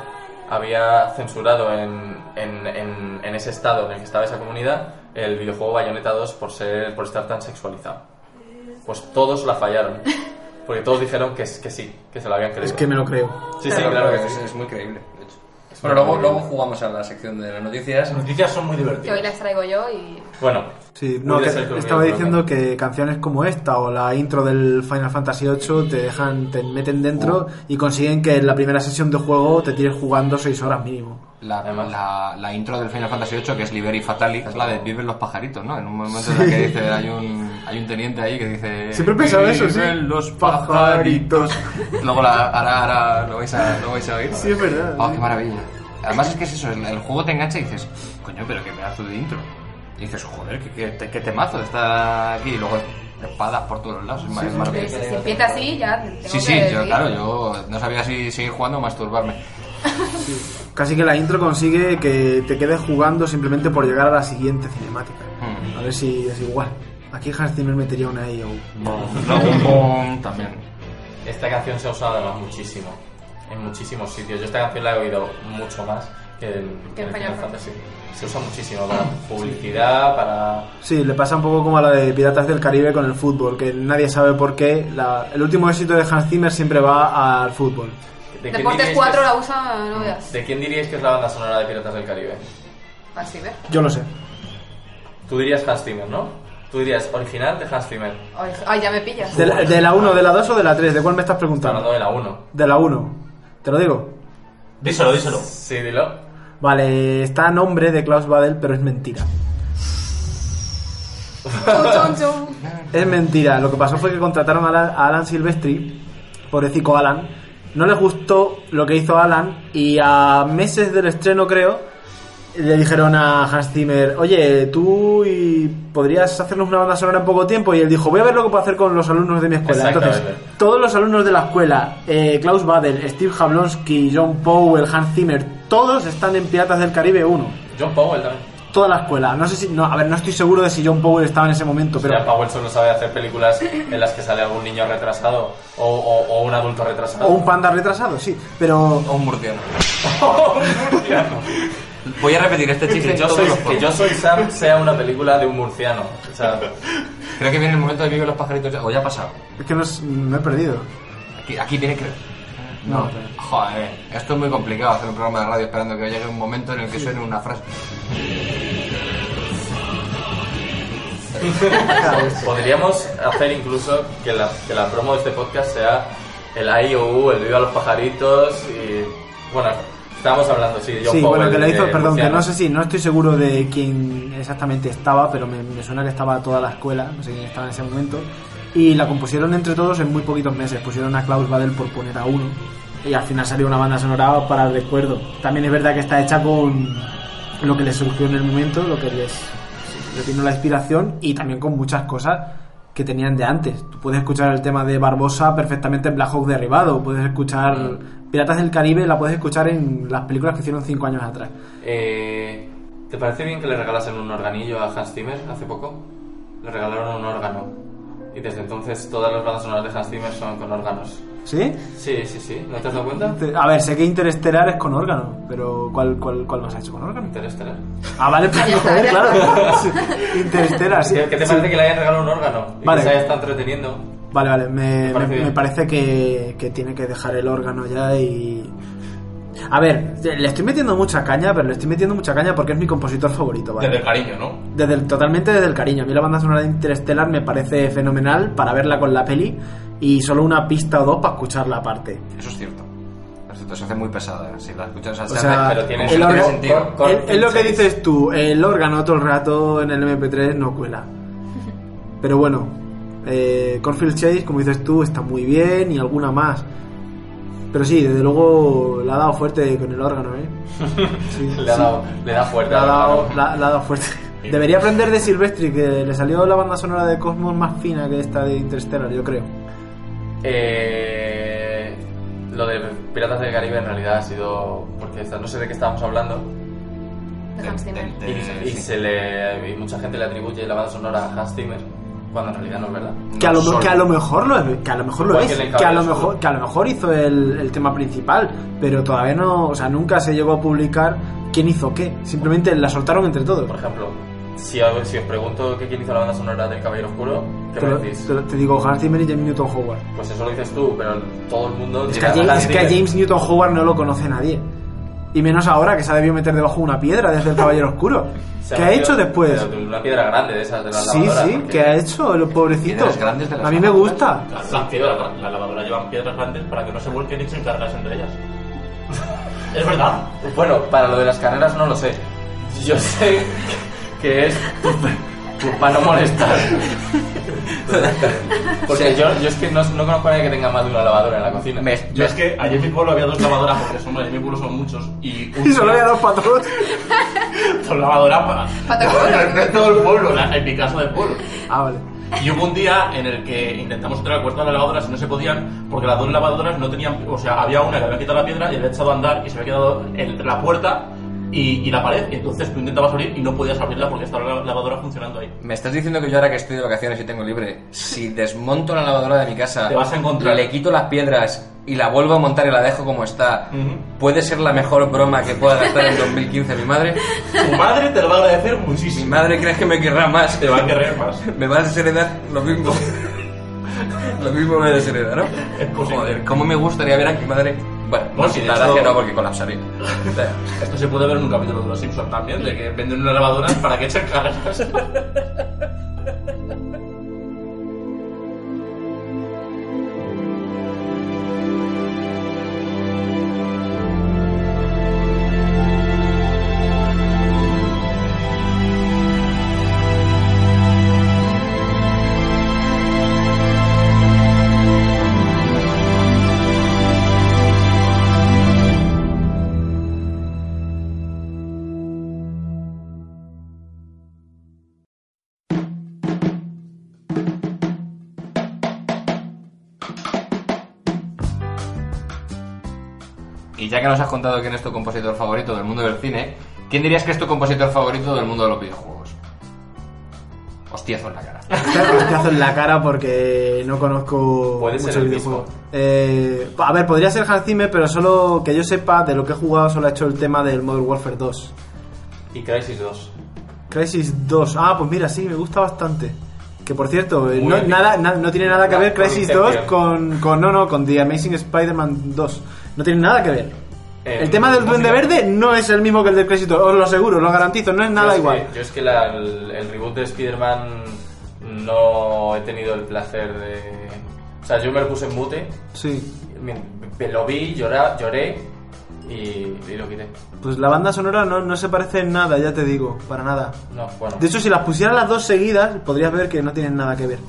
[SPEAKER 2] había censurado en, en- en- en ese estado en el que estaba esa comunidad el videojuego Bayonetta 2 por, ser, por estar tan sexualizado. Pues todos la fallaron. Porque todos dijeron que, es- que sí, que se lo habían creído.
[SPEAKER 5] Es que me lo creo.
[SPEAKER 2] Sí, sí, claro que
[SPEAKER 1] es,
[SPEAKER 2] sí.
[SPEAKER 1] es muy creíble, de hecho. Bueno, luego, luego jugamos a la sección de las noticias.
[SPEAKER 4] Las noticias son muy
[SPEAKER 3] Que hoy
[SPEAKER 4] divertidas.
[SPEAKER 3] las traigo yo y.
[SPEAKER 2] Bueno,
[SPEAKER 5] Sí, no,
[SPEAKER 2] Puede
[SPEAKER 5] que
[SPEAKER 2] ser que
[SPEAKER 5] estaba
[SPEAKER 2] hubiera
[SPEAKER 5] diciendo
[SPEAKER 2] problema.
[SPEAKER 5] que canciones como esta o la intro del Final Fantasy VIII te dejan, te meten dentro y consiguen que en la primera sesión de juego te tires jugando 6 horas mínimo.
[SPEAKER 1] La,
[SPEAKER 2] Además.
[SPEAKER 1] la, la intro del Final Fantasy VIII, que es Liberi Fatali, es la de Viven los pajaritos, ¿no? En un momento en el que dice, hay un, hay un teniente ahí que dice...
[SPEAKER 5] Siempre he pensado eso, sí.
[SPEAKER 1] "Viven los pajaritos.
[SPEAKER 5] [LAUGHS]
[SPEAKER 1] Luego la, ahora, ahora lo, vais a, lo vais a oír.
[SPEAKER 5] Sí, es verdad,
[SPEAKER 1] Oh,
[SPEAKER 5] sí.
[SPEAKER 1] qué maravilla. Además es que es eso, el, el juego te engancha y dices, coño, pero qué pedazo de intro. Y dices, joder, qué, qué, te- qué temazo está aquí. Y luego espadas por todos lados, es, ma- es
[SPEAKER 3] Pero
[SPEAKER 1] maravilloso.
[SPEAKER 3] si si empieza así, ya. Tengo
[SPEAKER 1] Sí,
[SPEAKER 3] que
[SPEAKER 1] sí, yo,
[SPEAKER 3] decir.
[SPEAKER 1] claro, yo no sabía si seguir jugando o masturbarme.
[SPEAKER 5] Casi que la intro consigue que te quedes jugando simplemente por llegar a la siguiente cinemática.
[SPEAKER 1] Hmm.
[SPEAKER 5] A ver si es igual. Aquí Hans Zimmer metería una EO.
[SPEAKER 1] Luego, también.
[SPEAKER 2] esta canción se ha usado además muchísimo. En muchísimos sitios. Yo esta canción la he oído mucho más que en,
[SPEAKER 3] Que en
[SPEAKER 2] el
[SPEAKER 3] Final Fantasy.
[SPEAKER 2] Se usa muchísimo para publicidad, para...
[SPEAKER 5] Sí, le pasa un poco como a la de Piratas del Caribe con el fútbol, que nadie sabe por qué. la- el último éxito de Hans Zimmer siempre va al fútbol.
[SPEAKER 2] ¿De quién diríais
[SPEAKER 3] Deportes
[SPEAKER 2] que
[SPEAKER 3] 4
[SPEAKER 2] es-
[SPEAKER 3] la usa, no veas.
[SPEAKER 2] ¿De quién diríais que es la banda sonora de Piratas del Caribe?
[SPEAKER 3] Así, ¿ves?
[SPEAKER 5] Yo lo sé.
[SPEAKER 2] Tú dirías Hans Zimmer, ¿no? Tú dirías original de Hans Zimmer. Estamos
[SPEAKER 3] Ay, Ay, ya me pillas.
[SPEAKER 5] ¿De la, de la 1, de la 2 o de la 3? ¿De cuál me estás preguntando?
[SPEAKER 2] hablando de la 1.
[SPEAKER 5] De la 1. ¿Te lo digo?
[SPEAKER 4] Díselo, díselo.
[SPEAKER 2] Sí, dilo.
[SPEAKER 5] Vale, está a nombre de Klaus Badel, pero es mentira.
[SPEAKER 3] Chum, chum, chum.
[SPEAKER 5] Es mentira. Lo que pasó fue que contrataron a, la- a Alan Silvestri, pobrecico Alan. No le gustó lo que hizo Alan y a meses del estreno, creo, le dijeron a Hans Zimmer, oye, tú y podrías hacernos una banda sonora en poco tiempo. Y él dijo, voy a ver lo que puedo hacer con los alumnos de mi escuela. Entonces,
[SPEAKER 2] Exactamente.
[SPEAKER 5] todos los alumnos de la escuela, eh, Klaus Badel, Steve Jablonski, John Powell, Hans Zimmer, todos están en Piratas del Caribe 1.
[SPEAKER 2] John Powell también.
[SPEAKER 5] Toda la escuela. No sé si, no, a ver, no estoy seguro de si John Powell estaba en ese momento, pero
[SPEAKER 2] Pero Powell solo sabe hacer películas en las que sale algún niño retrasado o, o- o un adulto
[SPEAKER 5] [LAUGHS]
[SPEAKER 2] retrasado.
[SPEAKER 5] O un panda retrasado, sí. Pero
[SPEAKER 1] O un murciano.
[SPEAKER 2] murciano.
[SPEAKER 1] Voy a repetir este chiste
[SPEAKER 2] Que
[SPEAKER 1] en
[SPEAKER 2] yo,
[SPEAKER 1] todos
[SPEAKER 2] soy,
[SPEAKER 1] los
[SPEAKER 2] que
[SPEAKER 1] podcasts.
[SPEAKER 2] yo soy Sam sea una película de un murciano. O sea,
[SPEAKER 1] Creo que viene el momento de vivir los pajaritos. ya- O ya ha pasado.
[SPEAKER 5] es que no es- me he perdido.
[SPEAKER 1] Aquí, aquí tiene que.
[SPEAKER 5] No.
[SPEAKER 1] Joder, esto es muy complicado hacer un programa de radio esperando que llegue un momento en el que suene una frase.
[SPEAKER 2] podríamos hacer incluso que la, que la promo de este podcast sea el IOU, el Viva los Pajaritos y... Bueno, estábamos hablando, sí, John
[SPEAKER 5] sí,
[SPEAKER 2] Powell.
[SPEAKER 5] bueno, que la
[SPEAKER 2] de
[SPEAKER 5] hizo, perdón, que
[SPEAKER 2] murciano.
[SPEAKER 5] no sé si, no estoy seguro de quién exactamente estaba, pero me, me suena que estaba toda la escuela, no sé quién estaba en ese momento. Y la compusieron entre todos en muy poquitos meses. Pusieron a Klaus Badel por poner a uno. Y al final salió una banda sonora para el recuerdo. También es verdad que está hecha con lo que les surgió en el momento, lo que les le vino la inspiración y también con muchas cosas que tenían de antes. Tú puedes escuchar el tema de Barbosa perfectamente en Black Hawk derribado, puedes escuchar Piratas del Caribe, la puedes escuchar en las películas que hicieron cinco años atrás.
[SPEAKER 2] Eh, ¿Te parece bien que le regalasen un organillo a Hans Zimmer hace poco? Le regalaron un órgano. Y desde entonces todas las bandas sonoras de Hans Zimmer son con órganos.
[SPEAKER 5] ¿Sí?
[SPEAKER 2] Sí, sí, sí. ¿No te has dado cuenta?
[SPEAKER 5] Te- A ver, sé que Interestelar es con órgano, pero ¿cuál, cuál, cuál más ha hecho con órgano?
[SPEAKER 2] Interestelar.
[SPEAKER 5] Ah, vale, pero joder, claro. Sí, [LAUGHS] Interestelar, sí.
[SPEAKER 2] ¿Qué qué te parece que le hayan regalado un órgano? Y
[SPEAKER 5] Vale.
[SPEAKER 2] que se haya estado entreteniendo.
[SPEAKER 5] Vale, vale, me,
[SPEAKER 2] Me parece
[SPEAKER 5] me-
[SPEAKER 2] bien.
[SPEAKER 5] me parece que, que tiene que dejar el órgano ya y... A ver, le estoy metiendo mucha caña, pero le estoy metiendo mucha caña porque es mi compositor favorito, ¿vale?
[SPEAKER 4] Desde el cariño, ¿no?
[SPEAKER 5] Desde el- totalmente desde el cariño. A mí la banda sonora de Interstellar me parece fenomenal para verla con la peli y solo una pista o dos para escucharla aparte.
[SPEAKER 1] Eso es cierto. Eso es cierto, se hace muy pesada. Si la escuchas al
[SPEAKER 5] O sea,
[SPEAKER 2] pero tiene-
[SPEAKER 5] el
[SPEAKER 2] tiene
[SPEAKER 5] órgano-
[SPEAKER 2] sentido. Con-
[SPEAKER 5] el- es lo que dices tú, el órgano todo el rato en el MP3 no
[SPEAKER 2] [LAUGHS]
[SPEAKER 5] cuela. Pero bueno, eh, Cornfield Chase, como dices tú, está muy bien y alguna más. Pero sí, desde luego la ha dado fuerte con el órgano,
[SPEAKER 2] [LAUGHS]
[SPEAKER 5] ¿eh? Sí,
[SPEAKER 2] Le ha
[SPEAKER 5] sí.
[SPEAKER 2] dado, le da fuerte
[SPEAKER 5] Le ha
[SPEAKER 2] al
[SPEAKER 5] dado,
[SPEAKER 2] órgano.
[SPEAKER 5] la- la ha dado
[SPEAKER 2] [LAUGHS]
[SPEAKER 5] fuerte. Debería aprender de Silvestri, que le salió la banda sonora de Cosmos más fina que esta de Interstellar, yo creo.
[SPEAKER 2] Eh, lo de Piratas del Caribe en realidad ha sido por- porque esta- no sé de qué estábamos hablando.
[SPEAKER 3] de Hans Zimmer.
[SPEAKER 2] Y, y se le, y mucha gente le atribuye la banda sonora a Hans Zimmer, cuando en realidad no es verdad.
[SPEAKER 5] Que a, lo,
[SPEAKER 2] No solo.
[SPEAKER 5] que a lo mejor lo es, que a lo mejor lo
[SPEAKER 2] Igual
[SPEAKER 5] es,
[SPEAKER 2] que el
[SPEAKER 5] que a lo
[SPEAKER 2] Encabezado.
[SPEAKER 5] mejor, que a lo mejor hizo el, el tema principal, pero todavía no, o sea, nunca se llegó a publicar quién hizo qué, simplemente la soltaron entre todos.
[SPEAKER 2] Por ejemplo, si, os- si os pregunto que quién hizo la banda sonora del Caballero Oscuro, ¿qué
[SPEAKER 5] Te,
[SPEAKER 2] me
[SPEAKER 5] lo-
[SPEAKER 2] decís?
[SPEAKER 5] te lo- te digo Hans Zimmer y James Newton Howard.
[SPEAKER 2] Pues eso lo dices tú, pero todo el mundo...
[SPEAKER 5] Es que,
[SPEAKER 2] dirá
[SPEAKER 5] a James,
[SPEAKER 2] Hans
[SPEAKER 5] es que a
[SPEAKER 2] Zimmer.
[SPEAKER 5] James Newton Howard no lo conoce nadie. Y menos ahora que se ha debido meter debajo de una piedra desde el Caballero Oscuro.
[SPEAKER 2] [LAUGHS] Se
[SPEAKER 5] ¿Qué
[SPEAKER 2] ha
[SPEAKER 5] ha hecho
[SPEAKER 2] metido-
[SPEAKER 5] después?
[SPEAKER 2] pero de Una piedra grande de esas de las
[SPEAKER 5] Sí,
[SPEAKER 2] lavadoras,
[SPEAKER 5] sí,
[SPEAKER 2] porque-
[SPEAKER 5] ¿qué ha hecho el pobrecito?
[SPEAKER 1] Piedras grandes de las
[SPEAKER 5] A mí me
[SPEAKER 1] lavadoras.
[SPEAKER 5] gusta. [LAUGHS]
[SPEAKER 4] Las la, la, la lavadora llevan piedras grandes para que no se vuelquen y se cargas entre ellas. es verdad.
[SPEAKER 2] Bueno, para lo de las carreras no lo sé. Yo sé que es para no molestar. Porque yo, yo es que no, no conozco a nadie que tenga más de una lavadora en la cocina.
[SPEAKER 1] Me-
[SPEAKER 4] Yo es que ayer en mi pueblo había dos lavadoras, porque hombre, en mi pueblo son muchos, y, un
[SPEAKER 5] Y solo
[SPEAKER 4] día-
[SPEAKER 5] había dos para todos.
[SPEAKER 4] dos lavadoras para,
[SPEAKER 3] Para todo el pueblo.
[SPEAKER 4] el resto del pueblo, la- en mi casa del pueblo.
[SPEAKER 5] Ah, vale.
[SPEAKER 4] Y hubo un día en el que intentamos entrar al cuarto de las lavadoras y no se podían, porque las dos lavadoras no tenían, o sea, había una que había quitado la piedra y había echado a andar y se había quedado entre la puerta y, y la pared, y entonces tú intentabas abrir y no podías abrirla porque estaba la lavadora funcionando ahí.
[SPEAKER 1] Me estás diciendo que yo ahora que estoy de vacaciones y tengo libre, si desmonto la lavadora de mi casa,
[SPEAKER 4] Te vas a encontrar.
[SPEAKER 1] le quito las piedras y la vuelvo a montar y la dejo como está, ¿puede ser la mejor broma que pueda gastar
[SPEAKER 4] [LAUGHS]
[SPEAKER 1] en 2015 mi madre?
[SPEAKER 4] Tu madre te lo va a agradecer
[SPEAKER 1] Mi
[SPEAKER 4] muchísimo.
[SPEAKER 1] madre crees que me querrá más,
[SPEAKER 4] Te va a querer más.
[SPEAKER 1] me va a desheredar lo mismo.
[SPEAKER 2] [LAUGHS]
[SPEAKER 1] lo mismo me deshereda, ¿no?
[SPEAKER 4] Es posible.
[SPEAKER 1] Joder, ¿cómo me gustaría ver a mi madre? Bueno,
[SPEAKER 4] No, si de
[SPEAKER 1] la
[SPEAKER 4] hecho-
[SPEAKER 1] verdad que no, porque colapsaría.
[SPEAKER 4] Esto se puede ver en un capítulo de Los Simpsons también, de que venden unas lavadoras [LAUGHS] para que echen cargas.
[SPEAKER 1] Y ya que nos has contado quién es tu compositor favorito del mundo del cine, ¿quién dirías que es tu compositor favorito del mundo de los videojuegos? Hostiazo en la cara.
[SPEAKER 5] Claro, hostiazo en la cara porque no conozco
[SPEAKER 2] Puede ser
[SPEAKER 5] mucho
[SPEAKER 2] el
[SPEAKER 5] videojuego.
[SPEAKER 2] mismo.
[SPEAKER 5] Eh, a ver, podría ser Hans Zimmer, pero solo que yo sepa, de lo que he jugado solo ha hecho el tema del Modern Warfare 2.
[SPEAKER 2] Y Crisis 2.
[SPEAKER 5] Crisis 2. Ah, pues mira, sí, me gusta bastante. Que por cierto, eh,
[SPEAKER 2] Muy
[SPEAKER 5] no,
[SPEAKER 2] bien.
[SPEAKER 5] nada, na- no tiene nada que
[SPEAKER 2] Una
[SPEAKER 5] ver Crisis 2
[SPEAKER 2] concepción.
[SPEAKER 5] con, con- No, no, con The Amazing Spider-Man 2. No tiene nada que ver.
[SPEAKER 2] Eh,
[SPEAKER 5] el tema del Duende
[SPEAKER 2] básicamente-
[SPEAKER 5] Verde no es el mismo que el del Crisis 2, os lo aseguro, os lo garantizo, no es
[SPEAKER 2] Yo
[SPEAKER 5] nada
[SPEAKER 2] es
[SPEAKER 5] igual.
[SPEAKER 2] que- yo es que la- el, el reboot de Spider-Man no he tenido el placer de... O sea, yo me lo puse en mute,
[SPEAKER 5] Sí.
[SPEAKER 2] me, me lo vi, llora- lloré y, y lo quité.
[SPEAKER 5] Pues la banda sonora no, no se parece en nada, ya te digo, para nada.
[SPEAKER 2] No, bueno.
[SPEAKER 5] De hecho, si las pusieran las dos seguidas, podrías ver que no tienen nada que ver.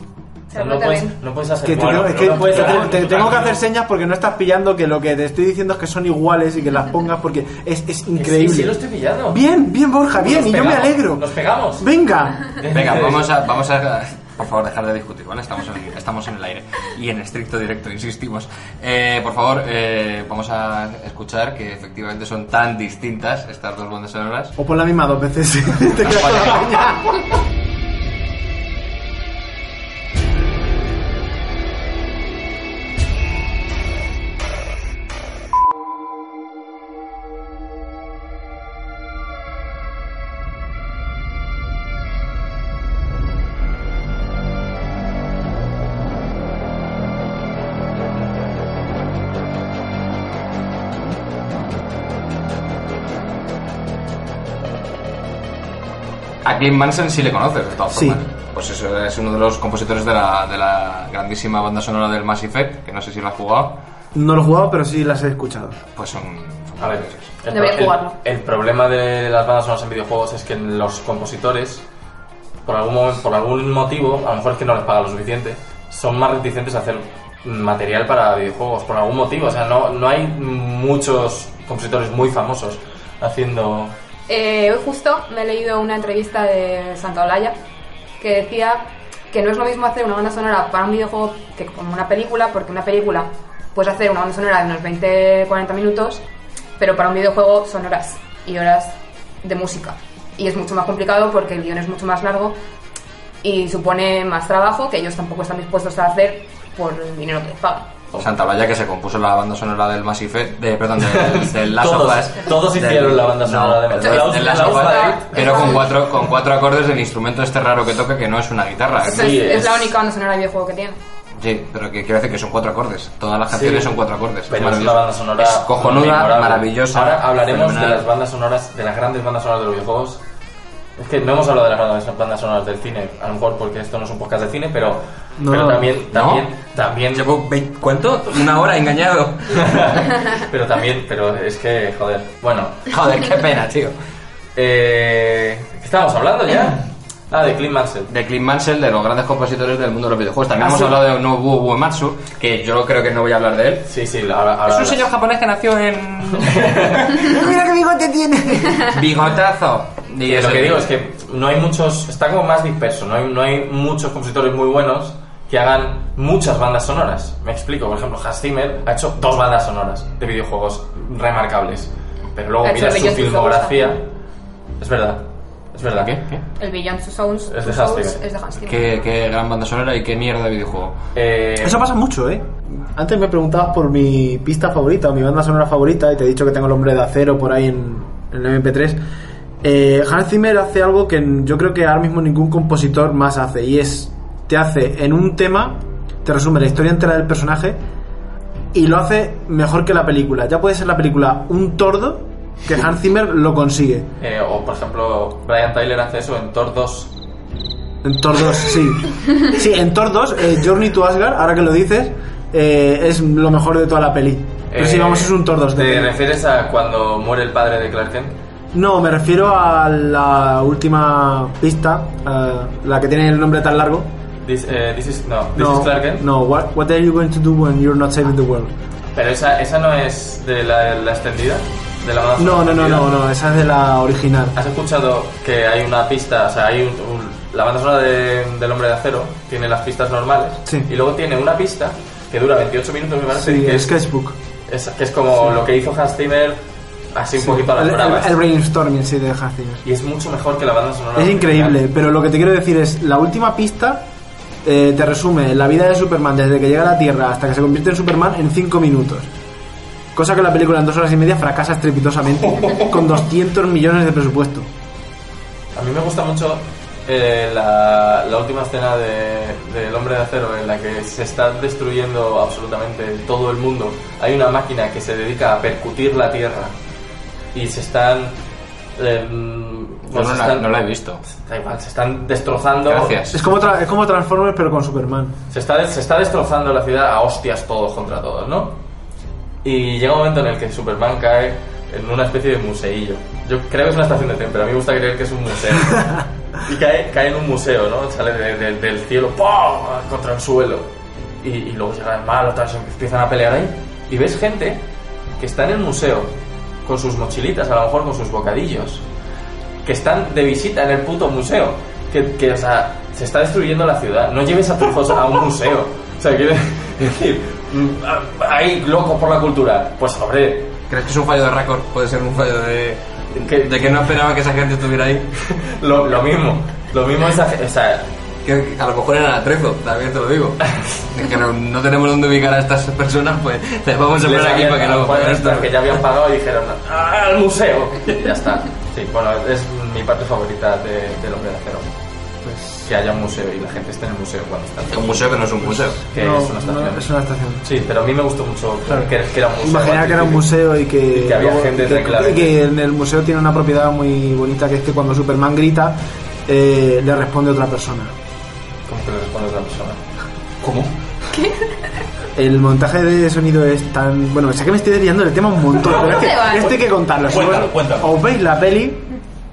[SPEAKER 2] O
[SPEAKER 3] Se
[SPEAKER 2] sea,
[SPEAKER 3] lo
[SPEAKER 2] no,
[SPEAKER 3] nota
[SPEAKER 2] puedes,
[SPEAKER 3] bien.
[SPEAKER 2] no puedes
[SPEAKER 5] Es
[SPEAKER 2] hacer...
[SPEAKER 5] que, te,
[SPEAKER 2] bueno,
[SPEAKER 5] tengo- es
[SPEAKER 2] pero
[SPEAKER 5] que
[SPEAKER 2] no puedes
[SPEAKER 5] te-
[SPEAKER 2] hacer-
[SPEAKER 5] te tengo que hacer señas porque no estás pillando que lo que te estoy diciendo es que son iguales y que las pongas porque es, es increíble.
[SPEAKER 2] Sí, sí, lo estoy pillando.
[SPEAKER 5] Bien, bien Borja, bien,
[SPEAKER 2] Nos
[SPEAKER 5] y yo me
[SPEAKER 2] pegamos,
[SPEAKER 5] alegro.
[SPEAKER 2] Nos pegamos.
[SPEAKER 5] Venga.
[SPEAKER 2] [LAUGHS]
[SPEAKER 1] Venga, vamos a, vamos a... Por favor, dejar de discutir, ¿vale? Estamos en, estamos en el aire y en estricto directo, insistimos. Eh, por favor, eh, vamos a escuchar que efectivamente son tan distintas estas dos bandas sonoras.
[SPEAKER 5] O pon la misma dos veces. [LAUGHS] Te quedas con la caña.
[SPEAKER 1] A Clint Manson sí le conoces, de todas
[SPEAKER 5] Sí.
[SPEAKER 1] formas. Pues eso, es uno de los compositores de la, de la grandísima banda sonora del Mass Effect, que no sé si lo has jugado.
[SPEAKER 5] No lo he jugado, pero sí las he escuchado.
[SPEAKER 1] Pues son... son
[SPEAKER 2] A ver,
[SPEAKER 1] maravillosos.
[SPEAKER 2] el,
[SPEAKER 3] Debería
[SPEAKER 2] el-
[SPEAKER 3] jugarlo.
[SPEAKER 2] el problema de las bandas sonoras en videojuegos es que los compositores, por algún, momen- por algún motivo, a lo mejor es que no les paga lo suficiente, son más reticentes a hacer material para videojuegos, por algún motivo. O sea, no, no hay muchos compositores muy famosos haciendo...
[SPEAKER 3] Eh, hoy justo me he leído una entrevista de Santa Olaya que decía que no es lo mismo hacer una banda sonora para un videojuego que como una película, porque una película puedes hacer una banda sonora de unos 20-40 minutos pero para un videojuego son horas y horas de música. Y es mucho más complicado porque el guión es mucho más largo y supone más trabajo que ellos tampoco están dispuestos a hacer por el dinero que les pagan.
[SPEAKER 1] Santa Valla que se compuso la banda sonora del Mass Effect, de, perdón, del,
[SPEAKER 2] [LAUGHS]
[SPEAKER 1] del Last
[SPEAKER 2] Todos-
[SPEAKER 1] of Us.
[SPEAKER 2] todos hicieron la banda sonora de-
[SPEAKER 1] del,
[SPEAKER 2] de Last-
[SPEAKER 1] del Last
[SPEAKER 2] de
[SPEAKER 1] of
[SPEAKER 2] Last
[SPEAKER 1] Us,
[SPEAKER 2] of Us.
[SPEAKER 1] pero con cuatro, con cuatro acordes del instrumento este raro que toca que no es una guitarra.
[SPEAKER 3] Eso
[SPEAKER 1] ¿no?
[SPEAKER 2] Sí,
[SPEAKER 3] es, es la
[SPEAKER 2] es-
[SPEAKER 3] única banda sonora de videojuego que tiene.
[SPEAKER 1] Sí, pero que quiero decir que son cuatro acordes. Todas las canciones
[SPEAKER 2] Sí.
[SPEAKER 1] son cuatro acordes.
[SPEAKER 2] Pero es una
[SPEAKER 1] Maravilloso.
[SPEAKER 2] banda sonora.
[SPEAKER 1] Es cojonuda,
[SPEAKER 2] memorable.
[SPEAKER 1] maravillosa.
[SPEAKER 2] Ahora hablaremos
[SPEAKER 1] fenomenal.
[SPEAKER 2] de las bandas sonoras, de las grandes bandas sonoras de los videojuegos. Es que no hemos hablado de las grandes bandas sonoras del cine, a lo mejor porque esto no es un podcast de cine, pero,
[SPEAKER 5] No.
[SPEAKER 2] pero también,
[SPEAKER 1] ¿No?
[SPEAKER 2] también, también,
[SPEAKER 1] Llevo vein- ¿Cuánto? Una hora engañado.
[SPEAKER 2] pero también, pero es que, joder, bueno,
[SPEAKER 1] Joder, qué pena, tío.
[SPEAKER 2] eh, ¿qué estábamos hablando ya? Ah, de Clint Mansell.
[SPEAKER 1] de Clint Mansell, de los grandes compositores del mundo de los videojuegos. También
[SPEAKER 2] Ah,
[SPEAKER 1] hemos
[SPEAKER 2] sí.
[SPEAKER 1] hablado de Nobuo Uematsu, que yo creo que no voy a hablar de él.
[SPEAKER 2] Sí, sí, ahora, ahora
[SPEAKER 1] Es un
[SPEAKER 2] hablas.
[SPEAKER 1] señor japonés que nació en...
[SPEAKER 5] ¡Mira qué bigote tiene!
[SPEAKER 1] Bigotazo. Y
[SPEAKER 2] Y
[SPEAKER 1] es
[SPEAKER 2] lo que
[SPEAKER 1] el-
[SPEAKER 2] digo es que no hay muchos, está como más disperso, no hay, no hay muchos compositores muy buenos que hagan muchas bandas sonoras. Me explico, por ejemplo, Hans Zimmer ha hecho dos bandas sonoras de videojuegos remarcables, pero luego
[SPEAKER 3] Ha hecho
[SPEAKER 2] miras su
[SPEAKER 3] Beyond Two
[SPEAKER 2] filmografía. Es verdad, es verdad.
[SPEAKER 1] ¿Qué? ¿Qué?
[SPEAKER 3] El Beyond Two Sounds
[SPEAKER 2] Es de
[SPEAKER 3] Two Souls,
[SPEAKER 2] Hans Zimmer.
[SPEAKER 3] es de Hans Zimmer.
[SPEAKER 1] Qué, qué gran banda sonora y qué mierda de videojuego.
[SPEAKER 2] Eh,
[SPEAKER 5] Eso pasa mucho, ¿eh? Antes me preguntabas por mi pista favorita o mi banda sonora favorita y te he dicho que tengo el hombre de acero por ahí en, en el MP3. Eh, Hans Zimmer hace algo que n- yo creo que ahora mismo ningún compositor más hace y es, te hace en un tema, te resume la historia entera del personaje y lo hace mejor que la película. Ya puede ser la película un tordo que Hans Zimmer lo consigue.
[SPEAKER 2] eh, o por ejemplo, Brian Tyler hace eso en Thor 2.
[SPEAKER 5] En Thor 2, sí. Sí, en Thor 2, eh, Journey to Asgard, ahora que lo dices, eh, es lo mejor de toda la peli. Pero sí,
[SPEAKER 2] Eh,
[SPEAKER 5] vamos, es un Thor 2. de
[SPEAKER 2] ¿Te
[SPEAKER 5] peli.
[SPEAKER 2] refieres a cuando muere el padre de Clark Kent?
[SPEAKER 5] No, me refiero a la última pista, eh, la que tiene el nombre tan largo.
[SPEAKER 2] This, eh, this is, no, this
[SPEAKER 5] No,
[SPEAKER 2] is Clark Kent.
[SPEAKER 5] no what, what are you going to do when you're not saving the world?
[SPEAKER 2] Pero esa, esa no es de la, la extendida, de la banda
[SPEAKER 5] No,
[SPEAKER 2] sonora
[SPEAKER 5] no, no,
[SPEAKER 2] extendida.
[SPEAKER 5] no, no, esa es de la original.
[SPEAKER 2] ¿Has escuchado que hay una pista, o sea, hay un, un- la banda sonora de- del Hombre de Acero tiene las pistas normales
[SPEAKER 5] Sí.
[SPEAKER 2] y luego tiene una pista que dura 28 minutos, me parece,
[SPEAKER 5] Sí,
[SPEAKER 2] que,
[SPEAKER 5] el
[SPEAKER 2] es,
[SPEAKER 5] sketchbook.
[SPEAKER 2] es- que es como lo que hizo Hans Zimmer así un poquito a
[SPEAKER 5] El,
[SPEAKER 2] las
[SPEAKER 5] el-
[SPEAKER 2] bravas.
[SPEAKER 5] el brainstorming, sí, de Hans Zimmer.
[SPEAKER 2] Y es mucho mejor que la banda sonora.
[SPEAKER 5] Es
[SPEAKER 2] original.
[SPEAKER 5] increíble, pero lo que te quiero decir es, la última pista eh, te resume la vida de Superman desde que llega a la Tierra hasta que se convierte en Superman en 5 minutos. Cosa que la película en 2 horas y media
[SPEAKER 2] [LAUGHS]
[SPEAKER 5] fracasa estrepitosamente, con 200 millones de presupuesto.
[SPEAKER 2] A mí me gusta mucho eh, la, la última escena de, del Hombre de Acero en la que se está destruyendo absolutamente todo el mundo. Hay una máquina que se dedica a percutir la tierra y se están. eh,
[SPEAKER 1] No,
[SPEAKER 2] se
[SPEAKER 1] no, la,
[SPEAKER 2] están-
[SPEAKER 1] no la he visto.
[SPEAKER 2] Da igual, se están destrozando.
[SPEAKER 1] Gracias.
[SPEAKER 5] Es como, tra- es como Transformers, pero con Superman.
[SPEAKER 2] Se está, se está destrozando la ciudad a hostias todos contra todos, ¿no? Y llega un momento en el que Superman cae en una especie de museillo. Yo creo que es una estación de tren, pero a mí me gusta creer que es un museo. y cae, cae en un museo, ¿no? Sale de- de- del cielo, ¡pum! contra el suelo. Y, y luego llega el malo, tal, se empiezan a pelear ahí. Y ves gente que está en el museo con sus mochilitas, a lo mejor con sus bocadillos, que están de visita en el puto museo. Que, que, o sea, se está destruyendo la ciudad. No lleves a tus hijos a un museo. O sea, quiero decir, mm, ah, ahí, loco por la cultura. Pues, hombre,
[SPEAKER 1] [LAUGHS] ¿Crees que es un fallo de récord? Puede ser un fallo de...
[SPEAKER 2] que-
[SPEAKER 1] De que no esperaba que esa gente estuviera ahí.
[SPEAKER 2] lo, lo mismo. Lo mismo esa ge- o sea,
[SPEAKER 1] Que a lo mejor eran atrezo, también te lo [LAUGHS] digo. Es que no, no tenemos dónde ubicar a estas personas, pues [LAUGHS] les vamos a
[SPEAKER 2] les
[SPEAKER 1] poner aquí
[SPEAKER 2] habían-
[SPEAKER 1] para que
[SPEAKER 2] a lo
[SPEAKER 1] no
[SPEAKER 2] mejor
[SPEAKER 1] para
[SPEAKER 2] eran
[SPEAKER 1] esto.
[SPEAKER 2] las que ya habían pagado y dijeron, "Ah, al museo. Y ya está. Sí, bueno, es mi parte favorita de, del hombre de acero.
[SPEAKER 5] Pues
[SPEAKER 2] que haya un museo y la gente esté en el museo cuando está.
[SPEAKER 1] Un museo que no es un museo.
[SPEAKER 2] Que
[SPEAKER 5] No,
[SPEAKER 2] es una estación.
[SPEAKER 5] no, es una estación.
[SPEAKER 2] Sí, pero a mí me gustó mucho
[SPEAKER 5] Claro.
[SPEAKER 2] que, que era un museo.
[SPEAKER 5] Imaginar
[SPEAKER 2] al
[SPEAKER 5] que era un
[SPEAKER 2] principio.
[SPEAKER 5] museo y que,
[SPEAKER 2] Y que había
[SPEAKER 5] luego-
[SPEAKER 2] gente
[SPEAKER 5] y que-
[SPEAKER 2] teclando.
[SPEAKER 5] y que en el museo tiene una propiedad muy bonita que es que cuando Superman grita eh, le responde otra persona.
[SPEAKER 2] ¿Cómo que le responde otra persona?
[SPEAKER 1] ¿Cómo?
[SPEAKER 5] El montaje de sonido es tan. Bueno, sé que me estoy desviando del tema un montón, pero es que
[SPEAKER 3] te vayas.
[SPEAKER 5] esto hay que contarlo. Si
[SPEAKER 4] Cuéntalo,
[SPEAKER 5] vos-
[SPEAKER 4] cuéntalo.
[SPEAKER 5] Os veis la peli,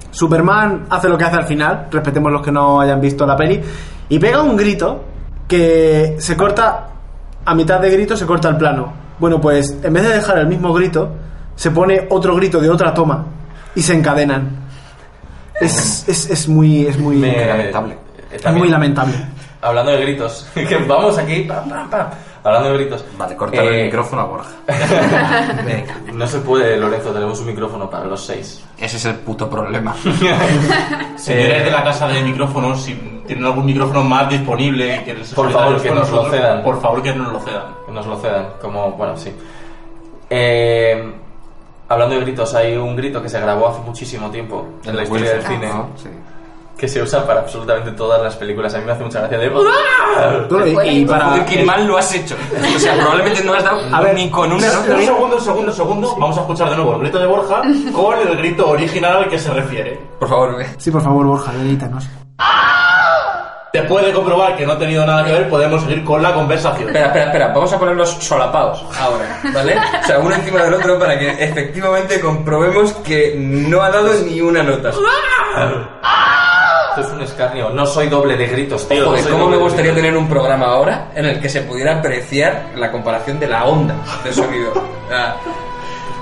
[SPEAKER 5] Superman hace lo que hace al final, respetemos los que no hayan visto la peli, y pega un grito que se corta. A mitad de grito se corta el plano. Bueno, pues en vez de dejar el mismo grito, se pone otro grito de otra toma y se encadenan. Es, es, es muy. Es muy.
[SPEAKER 2] Me-
[SPEAKER 1] lamentable.
[SPEAKER 2] eh,
[SPEAKER 5] Es
[SPEAKER 2] también,
[SPEAKER 5] muy lamentable.
[SPEAKER 4] [LAUGHS]
[SPEAKER 2] Hablando de gritos, que vamos aquí, pam, pam, pam. Hablando de gritos.
[SPEAKER 1] Vale, cortar el
[SPEAKER 2] eh,
[SPEAKER 1] micrófono a [LAUGHS] Borja.
[SPEAKER 8] Venga.
[SPEAKER 2] No se puede, Lorenzo, tenemos un micrófono para los seis.
[SPEAKER 1] Ese es el puto [LAUGHS] problema.
[SPEAKER 4] Señores de la casa de micrófonos, si tienen algún micrófono más disponible y quieren ser
[SPEAKER 2] Por favor,
[SPEAKER 4] solidarios
[SPEAKER 2] que
[SPEAKER 4] con
[SPEAKER 2] nos lo
[SPEAKER 4] nosotros,
[SPEAKER 2] cedan.
[SPEAKER 4] Por favor, que nos lo cedan.
[SPEAKER 2] Que nos lo cedan, como, bueno, sí. Eh, hablando de gritos, hay un grito que se grabó hace muchísimo tiempo en la historia del
[SPEAKER 1] Wilson,
[SPEAKER 2] cine,
[SPEAKER 1] Ah, ¿no? Sí.
[SPEAKER 2] que se usa para absolutamente todas las películas. A mí me hace mucha gracia de...
[SPEAKER 5] Bueno, y- y, para,
[SPEAKER 1] Joder, qué mal lo has hecho. O sea, probablemente no has dado
[SPEAKER 5] A ver,
[SPEAKER 1] ni con una.
[SPEAKER 4] Un segundo, un segundo, un segundo. Vamos a escuchar de nuevo el grito de Borja con el grito original al que se refiere.
[SPEAKER 1] Por favor, ve.
[SPEAKER 5] Sí, por favor, Borja, edítanos.
[SPEAKER 4] Después de comprobar que no ha tenido nada que ver, podemos seguir con la conversación.
[SPEAKER 1] Espera, espera, espera, vamos a ponerlos solapados ahora, ¿vale? O sea, uno encima del otro para que efectivamente comprobemos que no ha dado ni una nota.
[SPEAKER 2] Esto es un escarnio. No soy doble de gritos, tío. no
[SPEAKER 1] Joder,
[SPEAKER 2] soy
[SPEAKER 1] ¿cómo
[SPEAKER 2] doble
[SPEAKER 1] me
[SPEAKER 2] de
[SPEAKER 1] gustaría
[SPEAKER 2] gritos.
[SPEAKER 1] tener un programa ahora en el que se pudiera apreciar la comparación de la onda del sonido? Ah,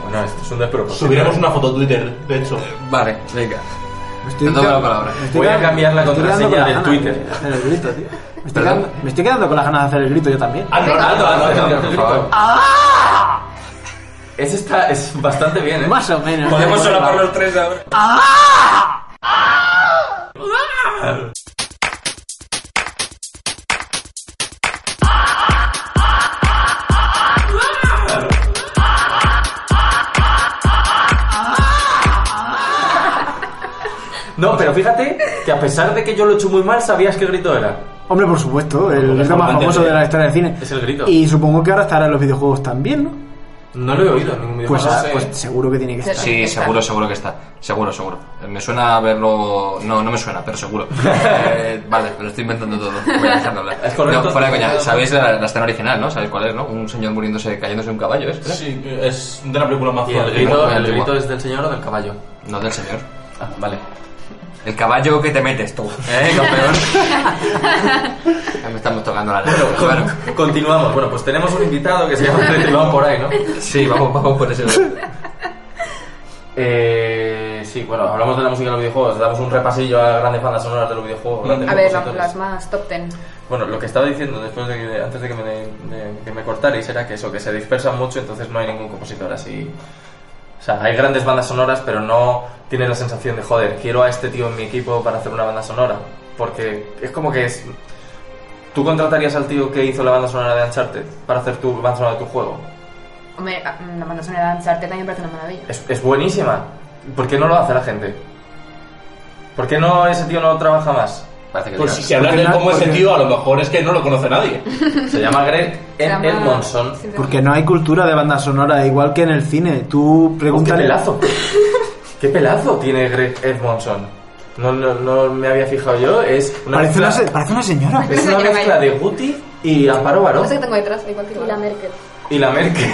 [SPEAKER 2] Bueno, esto es un despropósito.
[SPEAKER 4] Subiremos una foto a Twitter, de hecho.
[SPEAKER 1] vale, venga.
[SPEAKER 5] Me estoy
[SPEAKER 1] Te tomo la
[SPEAKER 5] quedando-
[SPEAKER 1] palabra.
[SPEAKER 5] me estoy
[SPEAKER 2] Voy a
[SPEAKER 5] quedando-
[SPEAKER 2] cambiar la
[SPEAKER 5] me estoy quedando
[SPEAKER 2] contraseña
[SPEAKER 5] con
[SPEAKER 2] del
[SPEAKER 5] las
[SPEAKER 2] Twitter.
[SPEAKER 5] ganas de Hacer el grito, tío. Me estoy,
[SPEAKER 1] ¿Perdón?
[SPEAKER 5] quedando, me estoy quedando con las ganas de hacer el grito yo también.
[SPEAKER 2] Ah,
[SPEAKER 4] Ando, ando,
[SPEAKER 2] Hazlo,
[SPEAKER 4] ando,
[SPEAKER 2] hazlo,
[SPEAKER 4] ando.
[SPEAKER 2] hazlo,
[SPEAKER 1] por
[SPEAKER 2] por favor.
[SPEAKER 1] favor.
[SPEAKER 2] Ese está es bastante bien, ¿eh?
[SPEAKER 5] Más o menos.
[SPEAKER 1] Podemos
[SPEAKER 5] Bueno,
[SPEAKER 1] solapar los tres ahora.
[SPEAKER 2] No, pero fíjate que a pesar de que yo lo he hecho muy mal, sabías qué grito era.
[SPEAKER 5] Hombre, por supuesto, el
[SPEAKER 4] Porque es
[SPEAKER 5] grito más
[SPEAKER 4] bastante
[SPEAKER 5] famoso de la
[SPEAKER 4] bien.
[SPEAKER 5] historia del cine.
[SPEAKER 2] Es el grito.
[SPEAKER 5] Y supongo que ahora estará en los videojuegos también, ¿no?
[SPEAKER 2] No lo he oído en ningún video.
[SPEAKER 5] Pues,
[SPEAKER 2] no
[SPEAKER 5] ah,
[SPEAKER 2] sé.
[SPEAKER 5] pues seguro que tiene que
[SPEAKER 3] Sí.
[SPEAKER 5] estar.
[SPEAKER 1] Sí, seguro, seguro que está. Seguro, seguro. Eh, Me suena haberlo. No, no me suena, pero seguro. Eh, vale, me lo estoy inventando todo. Voy a dejar de hablar.
[SPEAKER 2] Es correcto.
[SPEAKER 1] No, fuera de coña. Sabéis la, la escena original, ¿no? ¿Sabéis cuál es, no? Un señor muriéndose, cayéndose de un caballo, ¿es? creo?
[SPEAKER 4] Sí, es de la película más
[SPEAKER 2] Y el
[SPEAKER 4] fuerte.
[SPEAKER 2] grito, el
[SPEAKER 1] Antiguo.
[SPEAKER 2] grito es del señor o del caballo.
[SPEAKER 1] No del señor.
[SPEAKER 2] Ah, vale.
[SPEAKER 1] El caballo que te metes tú, ¿eh, campeón? Ya me estamos tocando la lengua. Bueno,
[SPEAKER 2] Continuamos. Bueno, pues tenemos un invitado que se llama Andrés y vamos por ahí, ¿no?
[SPEAKER 1] sí, vamos, vamos por ese lado.
[SPEAKER 2] Eh, sí, bueno, hablamos de la música de los videojuegos. Damos un repasillo a grandes bandas sonoras de los videojuegos. grandes
[SPEAKER 3] A ver, la-
[SPEAKER 2] compositores.
[SPEAKER 3] las más top ten.
[SPEAKER 2] Bueno, lo que estaba diciendo después de que, antes de que me, de- que me cortarais era que eso, que se dispersan mucho, entonces no hay ningún compositor así. O sea, hay grandes bandas sonoras, pero no tienes la sensación de, joder, quiero a este tío en mi equipo para hacer una banda sonora. Porque es como que es. ¿Tú contratarías al tío que hizo la banda sonora de Uncharted para hacer tu banda sonora de tu juego?
[SPEAKER 3] Hombre, a- la banda sonora de Uncharted también me parece una maravilla.
[SPEAKER 2] Es, es buenísima. ¿Por qué no lo hace la gente? ¿Por qué no ese tío no trabaja más? Parece que
[SPEAKER 4] Pues
[SPEAKER 2] ya-
[SPEAKER 4] si hablas de cómo ese tío, a lo mejor es que no lo conoce nadie.
[SPEAKER 2] se llama Greg
[SPEAKER 3] [LAUGHS] Se llama-
[SPEAKER 2] Edmondson.
[SPEAKER 3] Sí, sí.
[SPEAKER 5] Porque no hay cultura de banda sonora, igual que en el cine. Tú
[SPEAKER 2] Oh, ¡Qué
[SPEAKER 3] [LAUGHS]
[SPEAKER 5] pregúntale.
[SPEAKER 2] pelazo! ¡Qué pelazo tiene Greg Edmondson! No, no, no me había fijado yo, es una
[SPEAKER 5] Parece una, se-
[SPEAKER 2] mezcla,
[SPEAKER 5] parece
[SPEAKER 2] [LAUGHS]
[SPEAKER 5] una señora.
[SPEAKER 2] es una
[SPEAKER 3] Parece
[SPEAKER 2] mezcla de Guti y Amparo
[SPEAKER 3] No
[SPEAKER 2] Baró
[SPEAKER 3] sé qué tengo detrás, igual que
[SPEAKER 6] Y la Merkel.
[SPEAKER 2] y la
[SPEAKER 3] [LAUGHS]
[SPEAKER 2] Merkel.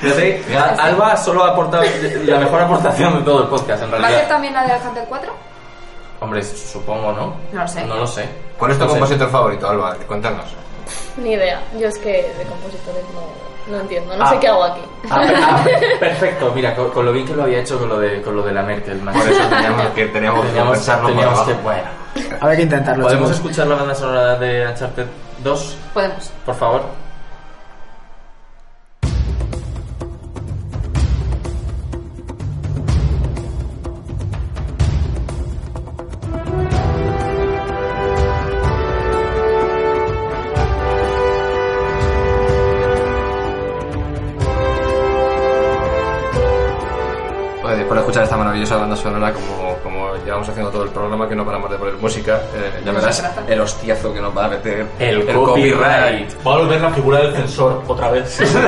[SPEAKER 2] Fíjate, a- Alba solo ha aportado la mejor aportación de todo el podcast, en
[SPEAKER 3] ¿Va a ser
[SPEAKER 2] realidad.
[SPEAKER 3] también la de Uncharted 4?
[SPEAKER 2] Hombre, supongo, ¿no?
[SPEAKER 3] No lo sé.
[SPEAKER 2] No lo sé.
[SPEAKER 1] ¿Cuál es tu
[SPEAKER 2] No sé.
[SPEAKER 1] compositor favorito, Alba? Cuéntanos.
[SPEAKER 6] Ni idea. Yo es que de compositores no, no entiendo. No
[SPEAKER 2] Ah.
[SPEAKER 6] sé qué hago aquí.
[SPEAKER 1] [LAUGHS]
[SPEAKER 2] Ah, per- ah, perfecto, mira, con, con lo bien que lo había hecho con lo de, con lo de la Merkel. me
[SPEAKER 1] Por
[SPEAKER 2] acuerdo.
[SPEAKER 1] eso teníamos que, teníamos que
[SPEAKER 2] Teníamos-
[SPEAKER 1] pensarlo por
[SPEAKER 2] teníamos
[SPEAKER 1] abajo.
[SPEAKER 2] que, bueno.
[SPEAKER 5] Habría que intentarlo.
[SPEAKER 2] ¿Podemos
[SPEAKER 5] chicos.
[SPEAKER 2] escuchar la banda sonora de Uncharted 2?
[SPEAKER 3] Podemos.
[SPEAKER 2] Por favor.
[SPEAKER 1] Bueno, después de escuchar esta maravillosa banda sonora, como, como llevamos haciendo todo el programa, que no paramos de poner música, eh, ya
[SPEAKER 3] No
[SPEAKER 1] verás
[SPEAKER 3] se trata.
[SPEAKER 1] el hostiazo que nos va a meter
[SPEAKER 2] El copyright.
[SPEAKER 4] Va a volver la figura del censor otra vez.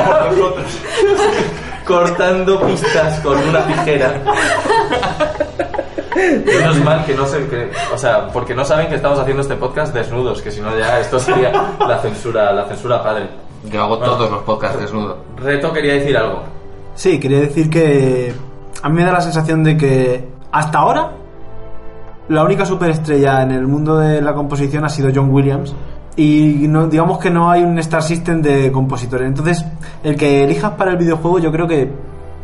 [SPEAKER 2] [LAUGHS] Cortando pistas con una tijera. Menos mal que no sé que, o sea, porque no saben que estamos haciendo este podcast desnudos, que si no ya esto sería la censura, la censura padre.
[SPEAKER 1] Yo hago
[SPEAKER 2] Bueno.
[SPEAKER 1] todos los podcasts desnudo.
[SPEAKER 2] Reto quería decir algo.
[SPEAKER 5] Sí, quería decir que a mí me da la sensación de que hasta ahora la única superestrella en el mundo de la composición ha sido John Williams y no, digamos que no hay un star system de compositores. Entonces, el que elijas para el videojuego yo creo que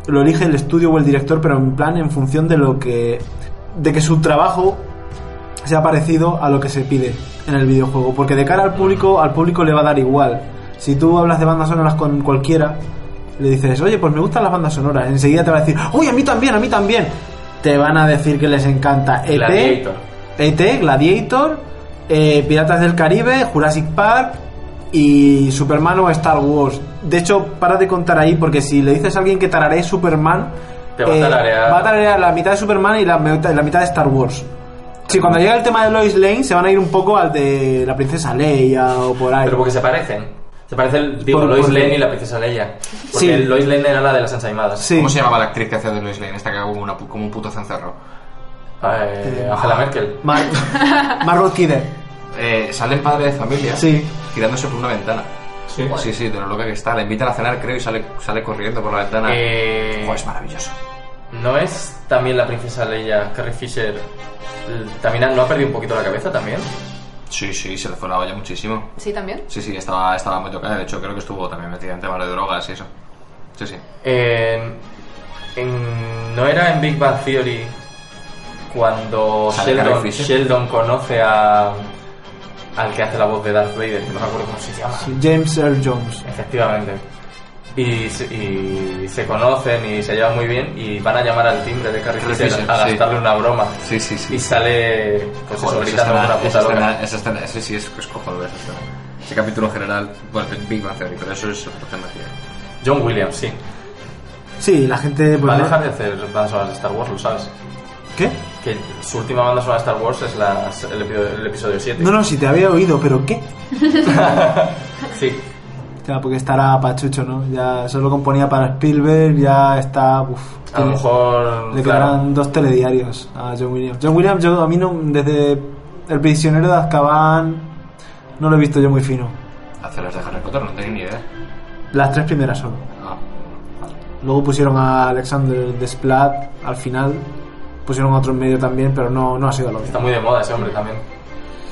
[SPEAKER 5] lo elige el estudio o el director, pero en plan en función de lo que de que su trabajo sea parecido a lo que se pide en el videojuego, porque de cara al público al público le va a dar igual Si tú hablas de bandas sonoras con cualquiera, le dices, oye, pues me gustan las bandas sonoras, enseguida te va a decir, oye, a mí también, a mí también. Te van a decir que les encanta E ET,
[SPEAKER 2] Gladiator.
[SPEAKER 5] ET, Gladiator, eh, Piratas del Caribe, Jurassic Park y Superman o Star Wars. De hecho, para de contar ahí, porque si le dices a alguien que tararé Superman,
[SPEAKER 2] Te
[SPEAKER 5] eh,
[SPEAKER 2] va a tararear.
[SPEAKER 5] va a tararear la mitad de Superman y la, me- la mitad de Star Wars. Sí, cuando llega el tema de Lois Lane se van a ir un poco al de la princesa Leia o por ahí.
[SPEAKER 2] Pero porque se parecen. Se parece, el, digo,
[SPEAKER 5] Por-
[SPEAKER 2] Lois
[SPEAKER 5] por-
[SPEAKER 2] Lane y la princesa Leia. Porque
[SPEAKER 5] Sí.
[SPEAKER 2] Lois Lane era la de las ensaimadas.
[SPEAKER 5] Sí.
[SPEAKER 1] ¿Cómo se llamaba la actriz que hacía de Lois Lane? Esta que hago una, pu- como un puto cencerro.
[SPEAKER 2] Eh, Angela Merkel.
[SPEAKER 5] Mar- Margot Kidder.
[SPEAKER 1] Eh, salen padres de familia
[SPEAKER 5] Sí.
[SPEAKER 1] tirándose por una ventana.
[SPEAKER 4] Sí.
[SPEAKER 1] sí, sí, de lo loca que está. La invitan a cenar, creo, y sale, sale corriendo por la
[SPEAKER 5] ah,
[SPEAKER 1] ventana.
[SPEAKER 2] Eh,
[SPEAKER 5] pues
[SPEAKER 1] Buah, es maravilloso.
[SPEAKER 2] ¿No es también la princesa Leia, Carrie Fisher? l- También ha- no ha perdido un poquito la cabeza también.
[SPEAKER 1] Sí, sí, se le fue la olla muchísimo.
[SPEAKER 3] Sí, también.
[SPEAKER 1] Sí, sí, estaba, estaba muy tocada. De hecho, creo que estuvo también metida en temas de drogas y eso. Sí, sí.
[SPEAKER 2] Eh, en- ¿No era en Big Bang Theory cuando
[SPEAKER 1] ¿Sale Carrie
[SPEAKER 2] Sheldon,
[SPEAKER 1] Fisher?
[SPEAKER 2] Sheldon conoce a, al que hace la voz de Darth Vader? que No me acuerdo cómo se llama.
[SPEAKER 5] James Earl Jones.
[SPEAKER 2] Efectivamente. Y, se- y se conocen y se llevan muy bien y van a llamar al timbre de Carrie
[SPEAKER 1] Carrie
[SPEAKER 2] Fisher
[SPEAKER 1] Fisher,
[SPEAKER 2] a
[SPEAKER 1] sí.
[SPEAKER 2] gastarle una broma.
[SPEAKER 1] Sí, sí, sí.
[SPEAKER 2] Y sale pues, eso,
[SPEAKER 1] Joder, esa
[SPEAKER 2] gritando como
[SPEAKER 1] escena-
[SPEAKER 2] una
[SPEAKER 1] esa
[SPEAKER 2] puta loca.
[SPEAKER 1] escena- esa escena- sí, sí, es, es cojonuda esa escena. Ese capítulo en general, bueno, el Big Bang Theory, pero eso es otro tema que-
[SPEAKER 2] John Williams, sí.
[SPEAKER 5] Sí, la gente. pues,
[SPEAKER 2] Va a
[SPEAKER 5] no-
[SPEAKER 2] dejar de hacer bandas sonoras de Star Wars, lo sabes.
[SPEAKER 5] ¿Qué?
[SPEAKER 2] Que su última banda sonora de Star Wars es la- el, episodio, el episodio 7.
[SPEAKER 5] No, no, si te había oído, pero ¿qué?
[SPEAKER 2] Sí.
[SPEAKER 5] Ya, porque estará pachucho, ¿no? Ya solo componía para Spielberg, ya está. Uf,
[SPEAKER 2] A lo mejor. claro.
[SPEAKER 5] Le quedarán dos telediarios a John Williams. John Williams, yo, a mí no, desde El prisionero de Azkaban, no lo he visto yo muy fino.
[SPEAKER 1] hacer las de Harry Potter, no tenía ni idea.
[SPEAKER 5] Las tres primeras solo.
[SPEAKER 1] Ah,
[SPEAKER 5] Luego pusieron a Alexander Desplat al final. Pusieron a otro en medio también, pero no, no ha sido lo
[SPEAKER 2] Está
[SPEAKER 5] mismo.
[SPEAKER 2] muy de moda ese hombre también.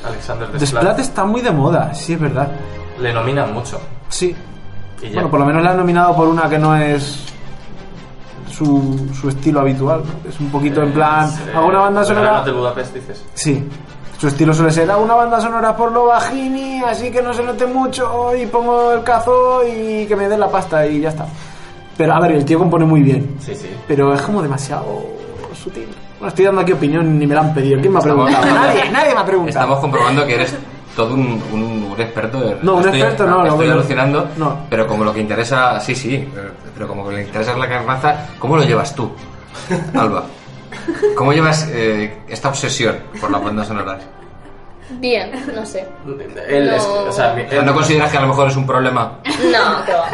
[SPEAKER 2] Alexander Desplat.
[SPEAKER 5] Desplat está muy de moda, sí, es verdad.
[SPEAKER 2] Le nominan mucho.
[SPEAKER 5] Sí.
[SPEAKER 2] Y ya.
[SPEAKER 5] Bueno, por lo menos la han nominado por una que no es su, su estilo habitual. ¿no? Es un poquito en plan.
[SPEAKER 2] Eh,
[SPEAKER 5] A una banda
[SPEAKER 2] el
[SPEAKER 5] sonora.
[SPEAKER 2] verano del Budapest, dices.
[SPEAKER 5] Sí. Su estilo suele ser a una banda sonora por lo bajini, así que no se note mucho y pongo el cazo y que me den la pasta y ya está. Pero a ver, el tío compone muy bien,
[SPEAKER 2] Sí, sí.
[SPEAKER 5] pero es como demasiado sutil. No estoy dando aquí opinión ni me la han pedido. ¿Quién me ha
[SPEAKER 1] Estamos-
[SPEAKER 5] preguntado? nadie, nadie me ha preguntado.
[SPEAKER 1] Estamos comprobando que eres todo un, un- un experto. de-
[SPEAKER 5] No, un
[SPEAKER 1] estoy-
[SPEAKER 5] experto no, no,
[SPEAKER 1] Estoy
[SPEAKER 5] bueno.
[SPEAKER 1] alucinando,
[SPEAKER 5] No.
[SPEAKER 1] pero como lo que interesa, sí, sí, eh, pero como que le interesa es la carnaza, ¿cómo lo llevas tú, Alba? ¿Cómo llevas eh, esta obsesión por las bandas sonoras?
[SPEAKER 6] Bien, no sé.
[SPEAKER 2] Él es.
[SPEAKER 6] No.
[SPEAKER 2] O sea, mi-
[SPEAKER 1] O sea,
[SPEAKER 2] él,
[SPEAKER 1] ¿No consideras que a lo mejor es un problema?
[SPEAKER 6] No, que va.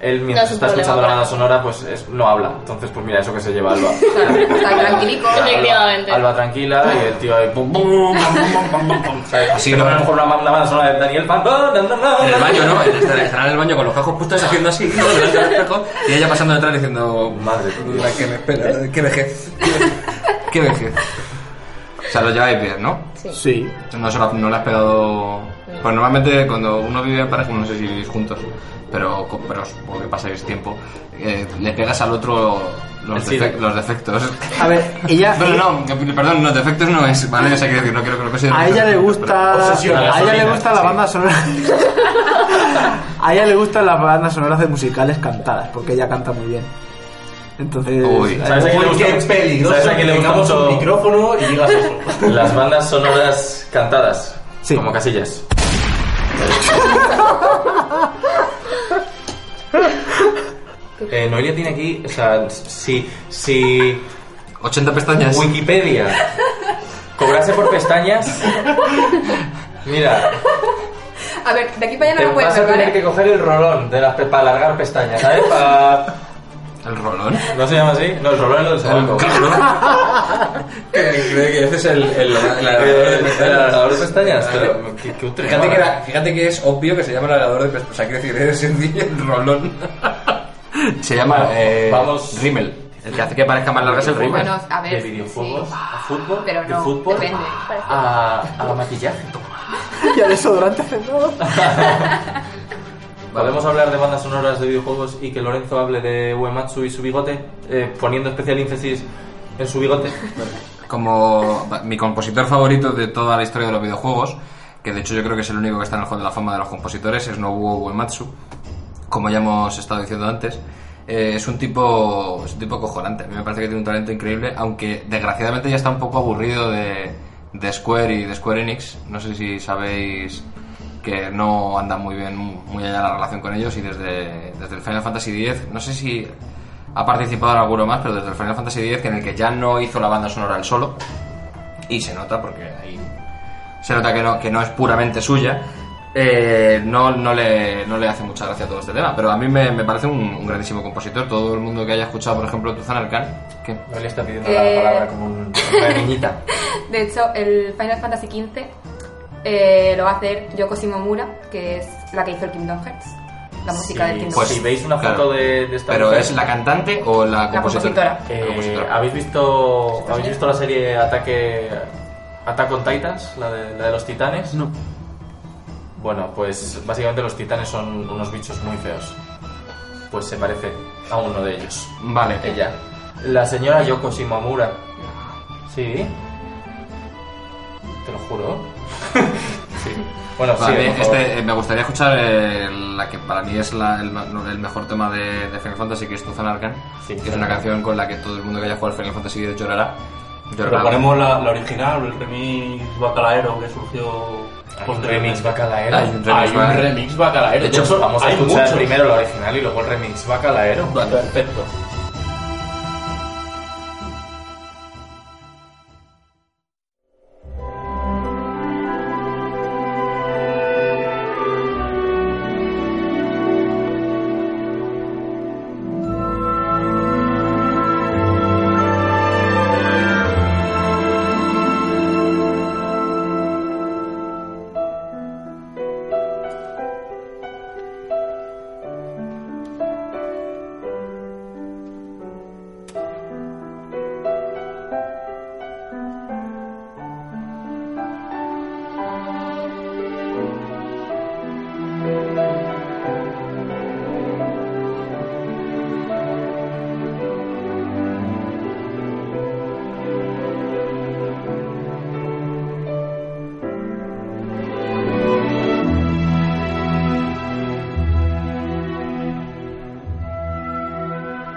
[SPEAKER 2] él mientras
[SPEAKER 6] No es un
[SPEAKER 2] está escuchando
[SPEAKER 6] problema.
[SPEAKER 2] la banda sonora, pues es- no habla. Entonces, pues mira, eso que se lleva Alba.
[SPEAKER 3] [LAUGHS] Claro, está ahí tranquilico.
[SPEAKER 6] Efectivamente.
[SPEAKER 2] Alba, Alba tranquila y el tío ahí. Pum, pum, pum, pum, pum, pum, pum, ¿sabes?
[SPEAKER 1] Así
[SPEAKER 2] Pero
[SPEAKER 1] no.
[SPEAKER 2] a lo mejor una, una banda sonora de Daniel Pan.
[SPEAKER 1] En el baño, ¿no? Estará en el baño con los cascos puestos haciendo así, ¿no? delante del espejo, y ella pasando detrás diciendo,
[SPEAKER 2] Madre mía.
[SPEAKER 1] que me espera, ¿eh? qué vejez, qué vejez, qué vejez. O sea, lo lleváis bien, ¿no?
[SPEAKER 5] Sí.
[SPEAKER 1] No, se lo, no le has pegado... Pues normalmente cuando uno vive en pareja, no sé si vivís juntos, pero, co- pero supongo que pasáis tiempo, eh, le pegas al otro los,
[SPEAKER 2] Sí.
[SPEAKER 1] defec- los defectos.
[SPEAKER 5] A ver, ella.
[SPEAKER 1] Bueno, no, perdón, los defectos no es, ¿vale? O sea, quiero decir, no quiero que lo considere.
[SPEAKER 5] eh, A ella le gusta.
[SPEAKER 2] Obsesión,
[SPEAKER 5] A ella le
[SPEAKER 2] gasolina,
[SPEAKER 5] gusta la
[SPEAKER 2] sí.
[SPEAKER 5] banda sonora. [LAUGHS] a ella le gustan las bandas sonoras de musicales cantadas, porque ella canta muy bien. Entonces.
[SPEAKER 1] Uy.
[SPEAKER 2] ¿Sabes a quién le gusta mucho? ¿Sabes a quién le gusta mucho?
[SPEAKER 4] micrófono y digas eso.
[SPEAKER 2] [LAUGHS] Las bandas sonoras cantadas.
[SPEAKER 5] Sí.
[SPEAKER 2] Como casillas. Eh, Noelia tiene aquí, o sea, si, si
[SPEAKER 1] 80 pestañas.
[SPEAKER 2] Wikipedia cobrase por pestañas, mira,
[SPEAKER 3] A ver, de aquí para allá
[SPEAKER 2] te
[SPEAKER 3] no me puedes ¿eh?
[SPEAKER 2] vas a
[SPEAKER 3] ver,
[SPEAKER 2] tener que
[SPEAKER 3] ¿vale?
[SPEAKER 2] coger el rolón de las, para alargar pestañas, ¿sabes? Pa-
[SPEAKER 1] El rolón.
[SPEAKER 2] ¿No se llama así? No, el rolón es lo del sobaco.
[SPEAKER 1] Creo [LAUGHS] que haces el, el, el
[SPEAKER 2] Eh, El alargador de pestañas, pero qué, qué útil,
[SPEAKER 1] Fíjate que,
[SPEAKER 2] cámara.
[SPEAKER 1] era- fíjate que es obvio que se llama el alador de pestañas. O sea, quiero decir, es sencillo el rolón. Se llama eh,
[SPEAKER 2] Vamos.
[SPEAKER 1] Rimmel. El que hace que parezca más larga es el Rimmel.
[SPEAKER 3] Bueno, a ver.
[SPEAKER 2] de videojuegos
[SPEAKER 3] sí.
[SPEAKER 2] a fútbol,
[SPEAKER 3] Pero
[SPEAKER 2] de
[SPEAKER 3] no,
[SPEAKER 2] fútbol
[SPEAKER 3] depende.
[SPEAKER 4] Ah.
[SPEAKER 2] a, a maquillaje.
[SPEAKER 5] Y al desodorante centrado.
[SPEAKER 2] ¿Podemos hablar de bandas sonoras de videojuegos y que Lorenzo hable de Uematsu y su bigote, eh, poniendo especial énfasis en su bigote?
[SPEAKER 1] como mi compositor favorito de toda la historia de los videojuegos, que de hecho yo creo que es el único que está en el Hall de la Fama de los compositores, es Nobuo Uematsu, como ya hemos estado diciendo antes. eh, es un tipo es un tipo cojonante, a mí me parece que tiene un talento increíble, aunque desgraciadamente ya está un poco aburrido de, de Square y de Square Enix. No sé si sabéis que no anda muy bien, muy allá la relación con ellos y desde, desde el Final Fantasy X, no sé si ha participado en alguno más, pero desde el Final Fantasy X en el que ya no hizo la banda sonora él solo y se nota porque ahí se nota que no, que no es puramente suya. eh, no, no, le, no le hace mucha gracia todo este tema, pero a mí me, me parece un, un grandísimo compositor. Todo el mundo que haya escuchado, por ejemplo, Tuzan Arkan, que
[SPEAKER 2] [LAUGHS] No le está pidiendo
[SPEAKER 3] Eh.
[SPEAKER 2] la palabra como un-
[SPEAKER 3] [LAUGHS]
[SPEAKER 2] una niñita.
[SPEAKER 3] De hecho, el Final Fantasy XV eh, lo va a hacer Yoko Shimomura, que es la que hizo el Kingdom Hearts, la música
[SPEAKER 2] Sí,
[SPEAKER 3] del Kingdom
[SPEAKER 2] pues
[SPEAKER 3] Hearts.
[SPEAKER 2] si veis una
[SPEAKER 1] claro.
[SPEAKER 2] foto de, de esta
[SPEAKER 1] pero
[SPEAKER 2] mujer,
[SPEAKER 1] es la cantante o la compositora.
[SPEAKER 3] compositora.
[SPEAKER 2] eh,
[SPEAKER 1] La compositora.
[SPEAKER 2] ¿habéis, visto, ¿Habéis visto la serie Ataque Attack on Titans? La de, la de los titanes.
[SPEAKER 5] No.
[SPEAKER 2] Bueno, pues básicamente los titanes son unos bichos muy feos. Pues se parece a uno de ellos.
[SPEAKER 1] Vale,
[SPEAKER 2] Ella. La señora Yoko Shimomura. Sí. Te lo juro. sí. Bueno,
[SPEAKER 1] Para
[SPEAKER 2] sí.
[SPEAKER 1] mí,
[SPEAKER 2] por favor.
[SPEAKER 1] este, eh, me gustaría escuchar eh, la que para mí es la- el, ma- el mejor tema de, de Final Fantasy, que es Tuzan Arkan, que
[SPEAKER 2] Sí,
[SPEAKER 1] es
[SPEAKER 2] claro.
[SPEAKER 1] una canción con la que todo el mundo que haya jugado al Final Fantasy llorará.
[SPEAKER 4] Pero
[SPEAKER 1] Llorará.
[SPEAKER 4] ponemos la, la original, el remix bacalaero que surgió
[SPEAKER 2] Hay un
[SPEAKER 4] posteriormente.
[SPEAKER 2] remix bacalaero.
[SPEAKER 1] Hay un
[SPEAKER 4] Pues Hay un
[SPEAKER 1] Remix
[SPEAKER 4] remix bacalaero.
[SPEAKER 2] De hecho,
[SPEAKER 4] eso
[SPEAKER 2] vamos a
[SPEAKER 4] hay
[SPEAKER 2] escuchar
[SPEAKER 4] muchos.
[SPEAKER 2] primero la original y luego el remix bacalaero.
[SPEAKER 4] Vale, Perfecto.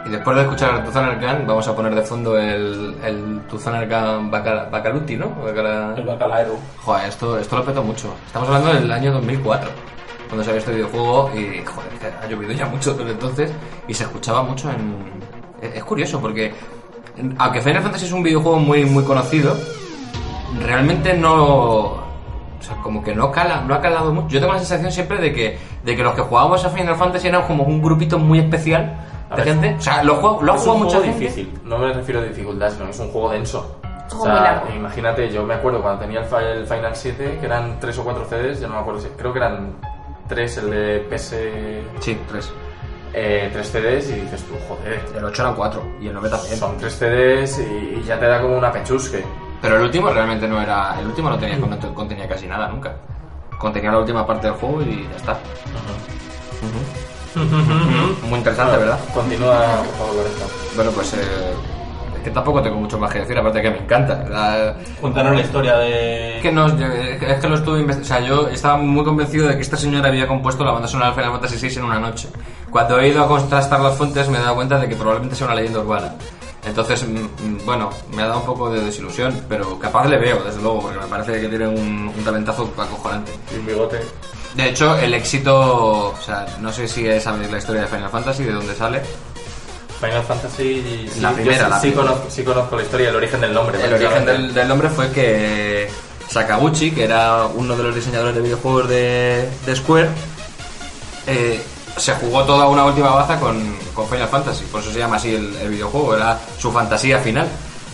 [SPEAKER 1] Y después de escuchar Tuzan Arkan, vamos a poner de fondo el, el Tuzan Arkan Bacal- Bacaluti, ¿no? Bacala-
[SPEAKER 4] El bacalaero.
[SPEAKER 1] Joder, esto, esto lo peto mucho. Estamos hablando del año 2004, cuando salió este videojuego y, joder, que ha llovido ya mucho desde entonces y se escuchaba mucho en... e, Es es curioso porque, aunque Final Fantasy es un videojuego muy, muy conocido, realmente no... O sea, como que no cala, no ha calado mucho. Yo tengo la sensación siempre de que, de que los que jugábamos a Final Fantasy eran como un grupito muy especial
[SPEAKER 2] A
[SPEAKER 1] de
[SPEAKER 2] ver.
[SPEAKER 1] gente. O sea, lo, juego, lo ha
[SPEAKER 2] es
[SPEAKER 1] jugado
[SPEAKER 2] un
[SPEAKER 1] mucha
[SPEAKER 2] juego
[SPEAKER 1] gente.
[SPEAKER 2] difícil. No me refiero a dificultad, sino que es un juego denso.
[SPEAKER 3] Es un juego muy largo.
[SPEAKER 2] imagínate, yo me acuerdo cuando tenía el, fi- el Final 7, que eran 3 o 4 CDs, yo no me acuerdo, si- creo que eran 3 el de eh, PS,
[SPEAKER 1] Sí, tres.
[SPEAKER 2] 3 CDs, y dices tú, joder,
[SPEAKER 1] El 8 eran 4 y el 9 también.
[SPEAKER 2] son 3 CDs y, y ya te da como una pechusque.
[SPEAKER 1] Pero el último realmente no era. El último no tenía, no contenía casi nada nunca. Contenía la última parte del juego y ya está. Ujú. Muy interesante, ¿verdad?
[SPEAKER 2] Continúa, por favor, Lorenzo.
[SPEAKER 1] Bueno, pues. eh, es que tampoco tengo mucho más que decir, aparte que me encanta. La-
[SPEAKER 4] Cuéntanos la historia de.
[SPEAKER 1] Es que, no, yo- es que lo estuve investigando. O sea, yo estaba muy convencido de que esta señora había compuesto la banda sonora del Final Fantasy VI en una noche. Cuando he ido a contrastar las fuentes me he dado cuenta de que probablemente sea una leyenda urbana. Entonces, mm, mm, bueno, me ha dado un poco de desilusión, pero capaz le veo, desde luego, porque me parece que tiene un, un talentazo acojonante.
[SPEAKER 2] Y un bigote.
[SPEAKER 1] De hecho, el éxito, o sea, no sé si es sabéis la historia de Final Fantasy, de dónde sale.
[SPEAKER 2] Final Fantasy. sí,
[SPEAKER 1] La
[SPEAKER 2] yo
[SPEAKER 1] primera,
[SPEAKER 2] sí,
[SPEAKER 1] la
[SPEAKER 2] sí
[SPEAKER 1] primera.
[SPEAKER 2] Conozco, sí conozco la historia, el origen del nombre.
[SPEAKER 1] El origen
[SPEAKER 2] prácticamente.
[SPEAKER 1] del, del nombre fue que Sakaguchi, que era uno de los diseñadores de videojuegos de, de Square, eh, se jugó toda una última baza con, con Final Fantasy. Por eso se llama así el, el videojuego, era su fantasía final.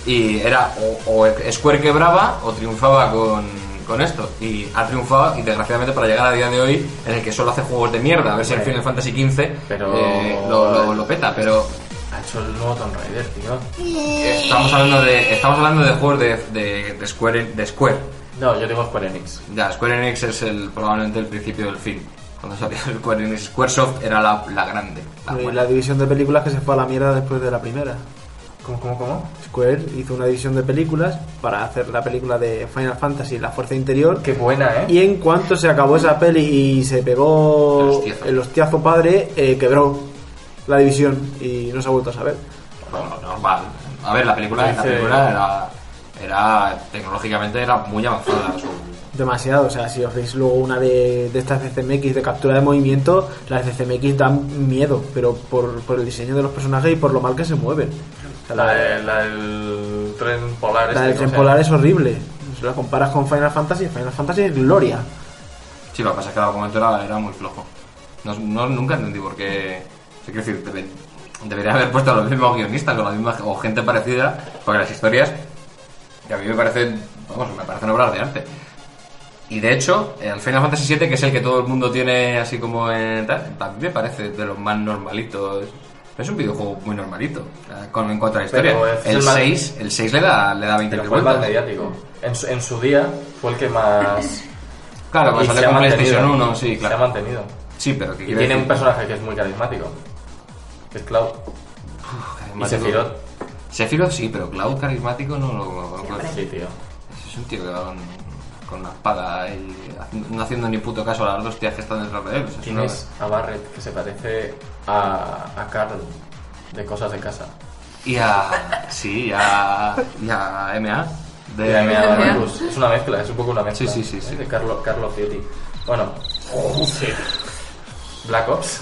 [SPEAKER 1] Y era o, o Square quebraba o triunfaba con, con esto. Y ha triunfado, y desgraciadamente para llegar a día de hoy, en el que solo hace juegos de mierda, a ver si el
[SPEAKER 2] Hombre.
[SPEAKER 1] Final Fantasy XV
[SPEAKER 2] Pero-
[SPEAKER 1] eh, lo- lo- lo peta, pero
[SPEAKER 2] Ha hecho el nuevo Tomb Raider, tío.
[SPEAKER 1] Estamos hablando de, estamos hablando de juegos de, de, de Square, de Square.
[SPEAKER 2] No, yo tengo Square Enix.
[SPEAKER 1] Ya, Square Enix es el, probablemente el principio del fin. Cuando salió [LAUGHS] Square Enix, Squaresoft era la, la grande. la
[SPEAKER 5] Y
[SPEAKER 1] buena.
[SPEAKER 5] la división de películas que se fue a la mierda después de la primera.
[SPEAKER 2] ¿Cómo, cómo, cómo?
[SPEAKER 5] Square hizo una división de películas para hacer la película de Final Fantasy, La Fuerza Interior.
[SPEAKER 2] Qué buena, ¿eh?
[SPEAKER 5] Y en cuanto se acabó esa peli y se pegó
[SPEAKER 1] El hostiazo.
[SPEAKER 5] el hostiazo padre, eh, quebró la división y no se ha vuelto a saber.
[SPEAKER 1] Bueno, normal. A ver, la película, la
[SPEAKER 2] Dice-
[SPEAKER 1] película era, era tecnológicamente era muy avanzada. su-
[SPEAKER 5] Demasiado, o sea, si os veis luego una de, de estas de CMX de captura de movimiento, las de CMX dan miedo, pero por, por el diseño de los personajes y por lo mal que se mueven. O sea,
[SPEAKER 2] La, de- la del tren polar.
[SPEAKER 5] la
[SPEAKER 2] este,
[SPEAKER 5] del
[SPEAKER 2] ¿cómo
[SPEAKER 5] tren
[SPEAKER 2] se
[SPEAKER 5] polar
[SPEAKER 2] llama?
[SPEAKER 5] es horrible. Si la comparas con Final Fantasy, Final Fantasy es gloria.
[SPEAKER 1] Sí, lo que pasa es que el argumento era, era muy flojo. No, no- nunca entendí por qué. o sea, quiero decir, debe- debería haber puesto a los mismos guionistas con la misma, o gente parecida, porque las historias, que a mí me parecen, vamos, me parecen obras de arte. Y de hecho, el Final Fantasy VII, que es el que todo el mundo tiene así como en tal, también me parece de los más normalitos. Es un videojuego muy normalito, eh, con, en cuanto a la historia.
[SPEAKER 2] Pero es
[SPEAKER 1] El
[SPEAKER 2] el más-
[SPEAKER 1] 6, el 6 le da, le da 20
[SPEAKER 2] Pero fue el más
[SPEAKER 1] vueltas.
[SPEAKER 2] mediático.
[SPEAKER 1] Mm.
[SPEAKER 2] En su, en su día fue el que más.
[SPEAKER 1] [LAUGHS] Claro, cuando
[SPEAKER 2] y
[SPEAKER 1] salió con PlayStation 1, sí,
[SPEAKER 2] Se ha
[SPEAKER 1] claro.
[SPEAKER 2] mantenido.
[SPEAKER 1] Sí, pero que
[SPEAKER 2] Y tiene un personaje que es muy carismático. Que es Cloud. Y Sephiroth.
[SPEAKER 1] Sephiroth sí, pero Cloud carismático no lo no lo conozco.
[SPEAKER 2] Sí, tío.
[SPEAKER 1] Es un tío que va con, con una espada y haciendo- no haciendo ni puto caso a las dos tías que están detrás de él. o sea,
[SPEAKER 2] Tienes a Barrett que se parece a, a Carl de cosas de casa.
[SPEAKER 1] es una- Y a... Sí, y a... Y a MA. De,
[SPEAKER 2] De AMA
[SPEAKER 3] de
[SPEAKER 2] Barrett. Es una mezcla, es un poco una mezcla.
[SPEAKER 1] Sí, sí, sí, sí.
[SPEAKER 2] ¿eh? De Carlo, Carlo of Duty. Bueno. Black Ops.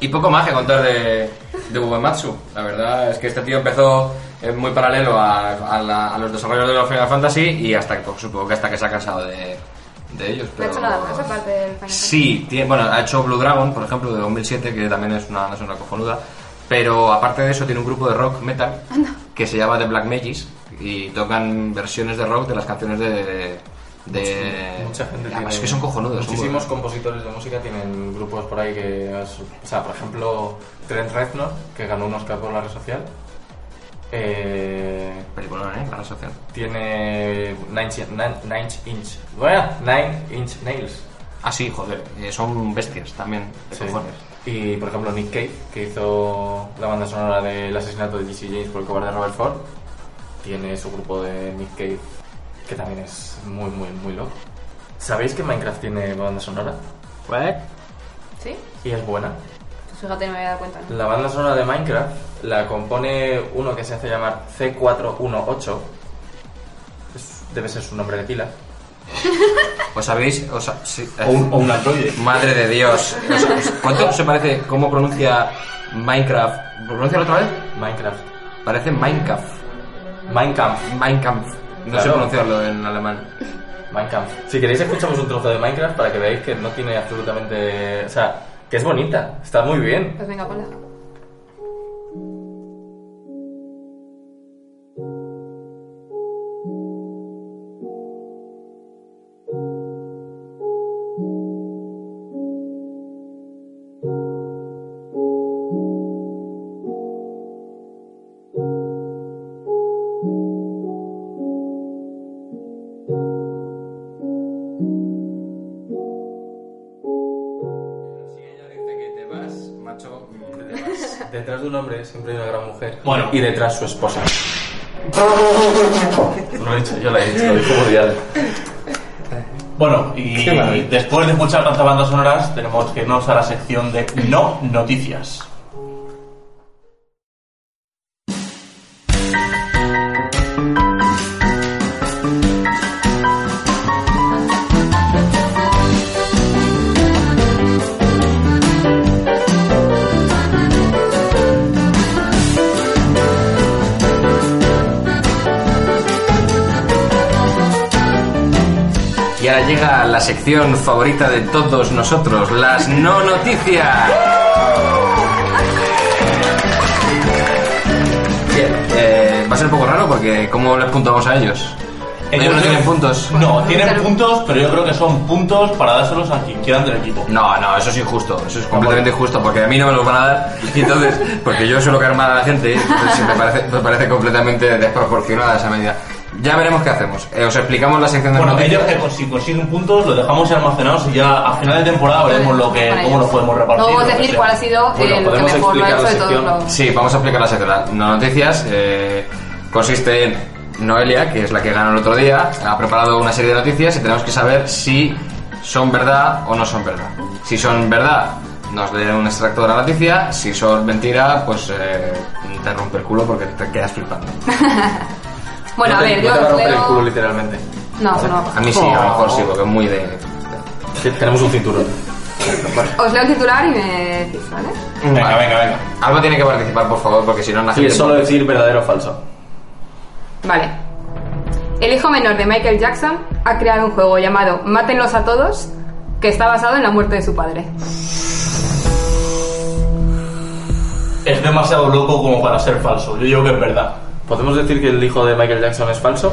[SPEAKER 1] Y poco más que contar de, de Uematsu. La verdad es que este tío empezó eh, muy paralelo a, a la- a los desarrollos de los Final Fantasy y hasta que- supongo que hasta que se ha cansado de, de ellos.
[SPEAKER 3] No ha
[SPEAKER 1] Pero...
[SPEAKER 3] hecho nada más aparte del Final Fantasy.
[SPEAKER 1] Sí, tiene- bueno, ha hecho Blue Dragon, por ejemplo, de 2007, que también es una, es una cojonuda. Pero aparte de eso, tiene un grupo de rock metal que se llama The Black Magis y tocan versiones de rock de las canciones de. de
[SPEAKER 2] Mucha gente
[SPEAKER 1] Además,
[SPEAKER 2] tiene-
[SPEAKER 1] Eh, es que son cojonudos. son
[SPEAKER 2] Muchísimos
[SPEAKER 1] muy-
[SPEAKER 2] compositores de música tienen grupos por ahí que. es- O sea, por ejemplo, Trent Reznor, que ganó un Oscar por la red social. Eh,
[SPEAKER 1] Peliculón, ¿eh? La red social.
[SPEAKER 2] tiene. Nine, Inch- Nine- Nine Inch. Bueno, Nine Inch Nails.
[SPEAKER 1] Ah, sí, joder, eh, son bestias también, de
[SPEAKER 2] Sí.
[SPEAKER 1] cojones.
[SPEAKER 2] Y por ejemplo, Nick Cave, que hizo la banda sonora del asesinato de Jesse James por el cobarde Robert Ford, tiene su grupo de Nick Cave, que también es muy, muy, muy loco. ¿Sabéis que Minecraft tiene banda sonora?
[SPEAKER 3] ¿Sí?
[SPEAKER 2] Y es buena.
[SPEAKER 3] Pues fíjate, no me había dado cuenta. ¿no?
[SPEAKER 2] La banda sonora de Minecraft la compone uno que se hace llamar C418. Es- debe ser su nombre de pila.
[SPEAKER 1] Pues sabéis, o sea, sí, eh,
[SPEAKER 4] O un, o un androide.
[SPEAKER 1] Madre de Dios. O sea, ¿Cuánto se parece cómo pronuncia Minecraft? ¿Pronuncia otra vez?
[SPEAKER 2] Minecraft.
[SPEAKER 1] Parece Minecraft.
[SPEAKER 2] Minecraft.
[SPEAKER 1] Minecraft. No sé
[SPEAKER 2] Claro.
[SPEAKER 1] pronunciarlo en alemán.
[SPEAKER 2] Minecraft. Si queréis escuchamos un trozo de Minecraft para que veáis que no tiene absolutamente... O sea, que es bonita, está muy bien.
[SPEAKER 3] Pues venga, ponla.
[SPEAKER 2] Detrás de un hombre siempre hay una gran mujer.
[SPEAKER 4] Bueno.
[SPEAKER 2] Y detrás su esposa. lo he dicho, yo lo he dicho, lo dijo Woody Allen.
[SPEAKER 4] Bueno, y
[SPEAKER 2] Qué maravilla.
[SPEAKER 4] después de escuchar tantas bandas sonoras, tenemos que irnos a la sección de no noticias.
[SPEAKER 1] Y ahora llega la sección favorita de todos nosotros, las no noticias. Bien, eh, va a ser un poco raro porque ¿cómo les puntuamos a ellos? Ellos no
[SPEAKER 4] Entonces-
[SPEAKER 1] tienen puntos.
[SPEAKER 4] No, tienen puntos, pero yo creo que son puntos para dárselos a quien quieran del equipo.
[SPEAKER 1] No, no, eso es injusto, eso es completamente injusto porque a mí no me los van a dar y entonces, pues porque yo suelo caer mal a la gente, entonces me parece, me parece completamente desproporcionada esa medida. Ya veremos qué hacemos. Eh, os explicamos la sección de
[SPEAKER 4] Bueno,
[SPEAKER 1] noticias.
[SPEAKER 4] ellos que con- si consiguen puntos los dejamos almacenados y ya a final de temporada veremos lo que,
[SPEAKER 3] Para
[SPEAKER 4] cómo
[SPEAKER 3] ellos.
[SPEAKER 4] los podemos repartir.
[SPEAKER 3] Luego
[SPEAKER 4] lo que
[SPEAKER 3] decir
[SPEAKER 4] sea.
[SPEAKER 3] cuál ha sido
[SPEAKER 2] Bueno,
[SPEAKER 3] eh, lo que
[SPEAKER 2] podemos
[SPEAKER 3] mejor lo ha
[SPEAKER 2] explicar
[SPEAKER 3] hecho
[SPEAKER 2] la
[SPEAKER 3] de todos
[SPEAKER 2] sección.
[SPEAKER 3] los.
[SPEAKER 1] Sí, vamos a aplicar la sección. de las noticias eh, consiste en Noelia, que es la que ganó el otro día, ha preparado una serie de noticias y tenemos que saber si son verdad o no son verdad. Si son verdad, nos leen un extracto de la noticia. Si son mentira, pues eh, te rompe el culo porque te quedas flipando.
[SPEAKER 3] Bueno,
[SPEAKER 2] No
[SPEAKER 3] a
[SPEAKER 2] te- no
[SPEAKER 3] ver, yo
[SPEAKER 2] te va a
[SPEAKER 3] os
[SPEAKER 2] romper el culo
[SPEAKER 3] leo.
[SPEAKER 2] literalmente.
[SPEAKER 3] No, eso no va a pasar.
[SPEAKER 1] A mí sí, a lo mejor sí, porque es muy de...
[SPEAKER 2] Que Tenemos un cinturón.
[SPEAKER 3] Os leo el titular y me decís, ¿vale?
[SPEAKER 4] Venga,
[SPEAKER 1] Vale.
[SPEAKER 4] venga, venga.
[SPEAKER 1] Alba tiene que participar, por favor, porque si no, no
[SPEAKER 2] Así es solo decir verdadero o falso.
[SPEAKER 3] Vale. El hijo menor de Michael Jackson ha creado un juego llamado Mátenlos a todos, que está basado en la muerte de su padre.
[SPEAKER 4] Es demasiado loco como para ser falso. Yo digo que es verdad.
[SPEAKER 2] ¿Podemos decir que el hijo de Michael Jackson es falso?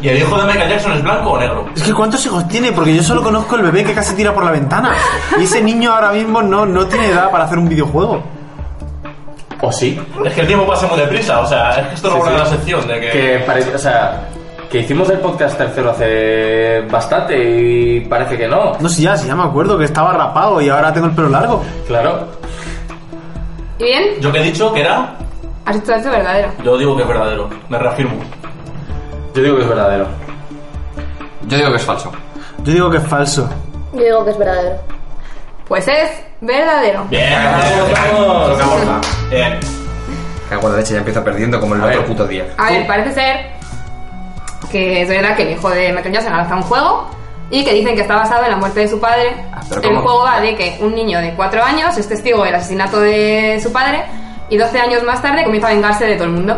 [SPEAKER 4] ¿Y el hijo de Michael Jackson es blanco o negro?
[SPEAKER 5] Es que ¿cuántos hijos tiene? Porque yo solo conozco el bebé que casi tira por la ventana. Y ese niño ahora mismo no, no tiene edad para hacer un videojuego.
[SPEAKER 2] ¿O sí?
[SPEAKER 4] Es que el tiempo pasa muy deprisa, o sea, es que esto
[SPEAKER 2] Sí,
[SPEAKER 4] no va
[SPEAKER 2] sí.
[SPEAKER 4] a la sección de que...
[SPEAKER 2] Que parece, o sea, que hicimos el podcast tercero hace bastante y parece que no.
[SPEAKER 5] No sé, ya, si ya me acuerdo que estaba rapado y ahora tengo el pelo largo.
[SPEAKER 2] Claro.
[SPEAKER 3] ¿Y bien?
[SPEAKER 4] Yo que he dicho que era,
[SPEAKER 3] Has hecho esto verdadero.
[SPEAKER 4] yo digo que es verdadero, me reafirmo.
[SPEAKER 2] Yo digo que es verdadero.
[SPEAKER 1] Yo digo que es falso.
[SPEAKER 5] Yo digo que es falso.
[SPEAKER 6] Yo digo que es verdadero.
[SPEAKER 3] Pues es verdadero.
[SPEAKER 4] Bien,
[SPEAKER 2] Vamos, vamos.
[SPEAKER 4] tocamos. Bien.
[SPEAKER 1] Cago en la leche, ya empieza perdiendo como el
[SPEAKER 2] A
[SPEAKER 1] otro
[SPEAKER 2] ver.
[SPEAKER 1] puto día.
[SPEAKER 3] A ver, parece ser que es verdad que el hijo de Michael Jackson ha lanzado un juego y que dicen que está basado en la muerte de su padre.
[SPEAKER 1] Ah, pero
[SPEAKER 3] el
[SPEAKER 1] ¿cómo?
[SPEAKER 3] juego va de que un niño de 4 años es testigo del asesinato de su padre y 12 años más tarde comienza a vengarse de todo el mundo.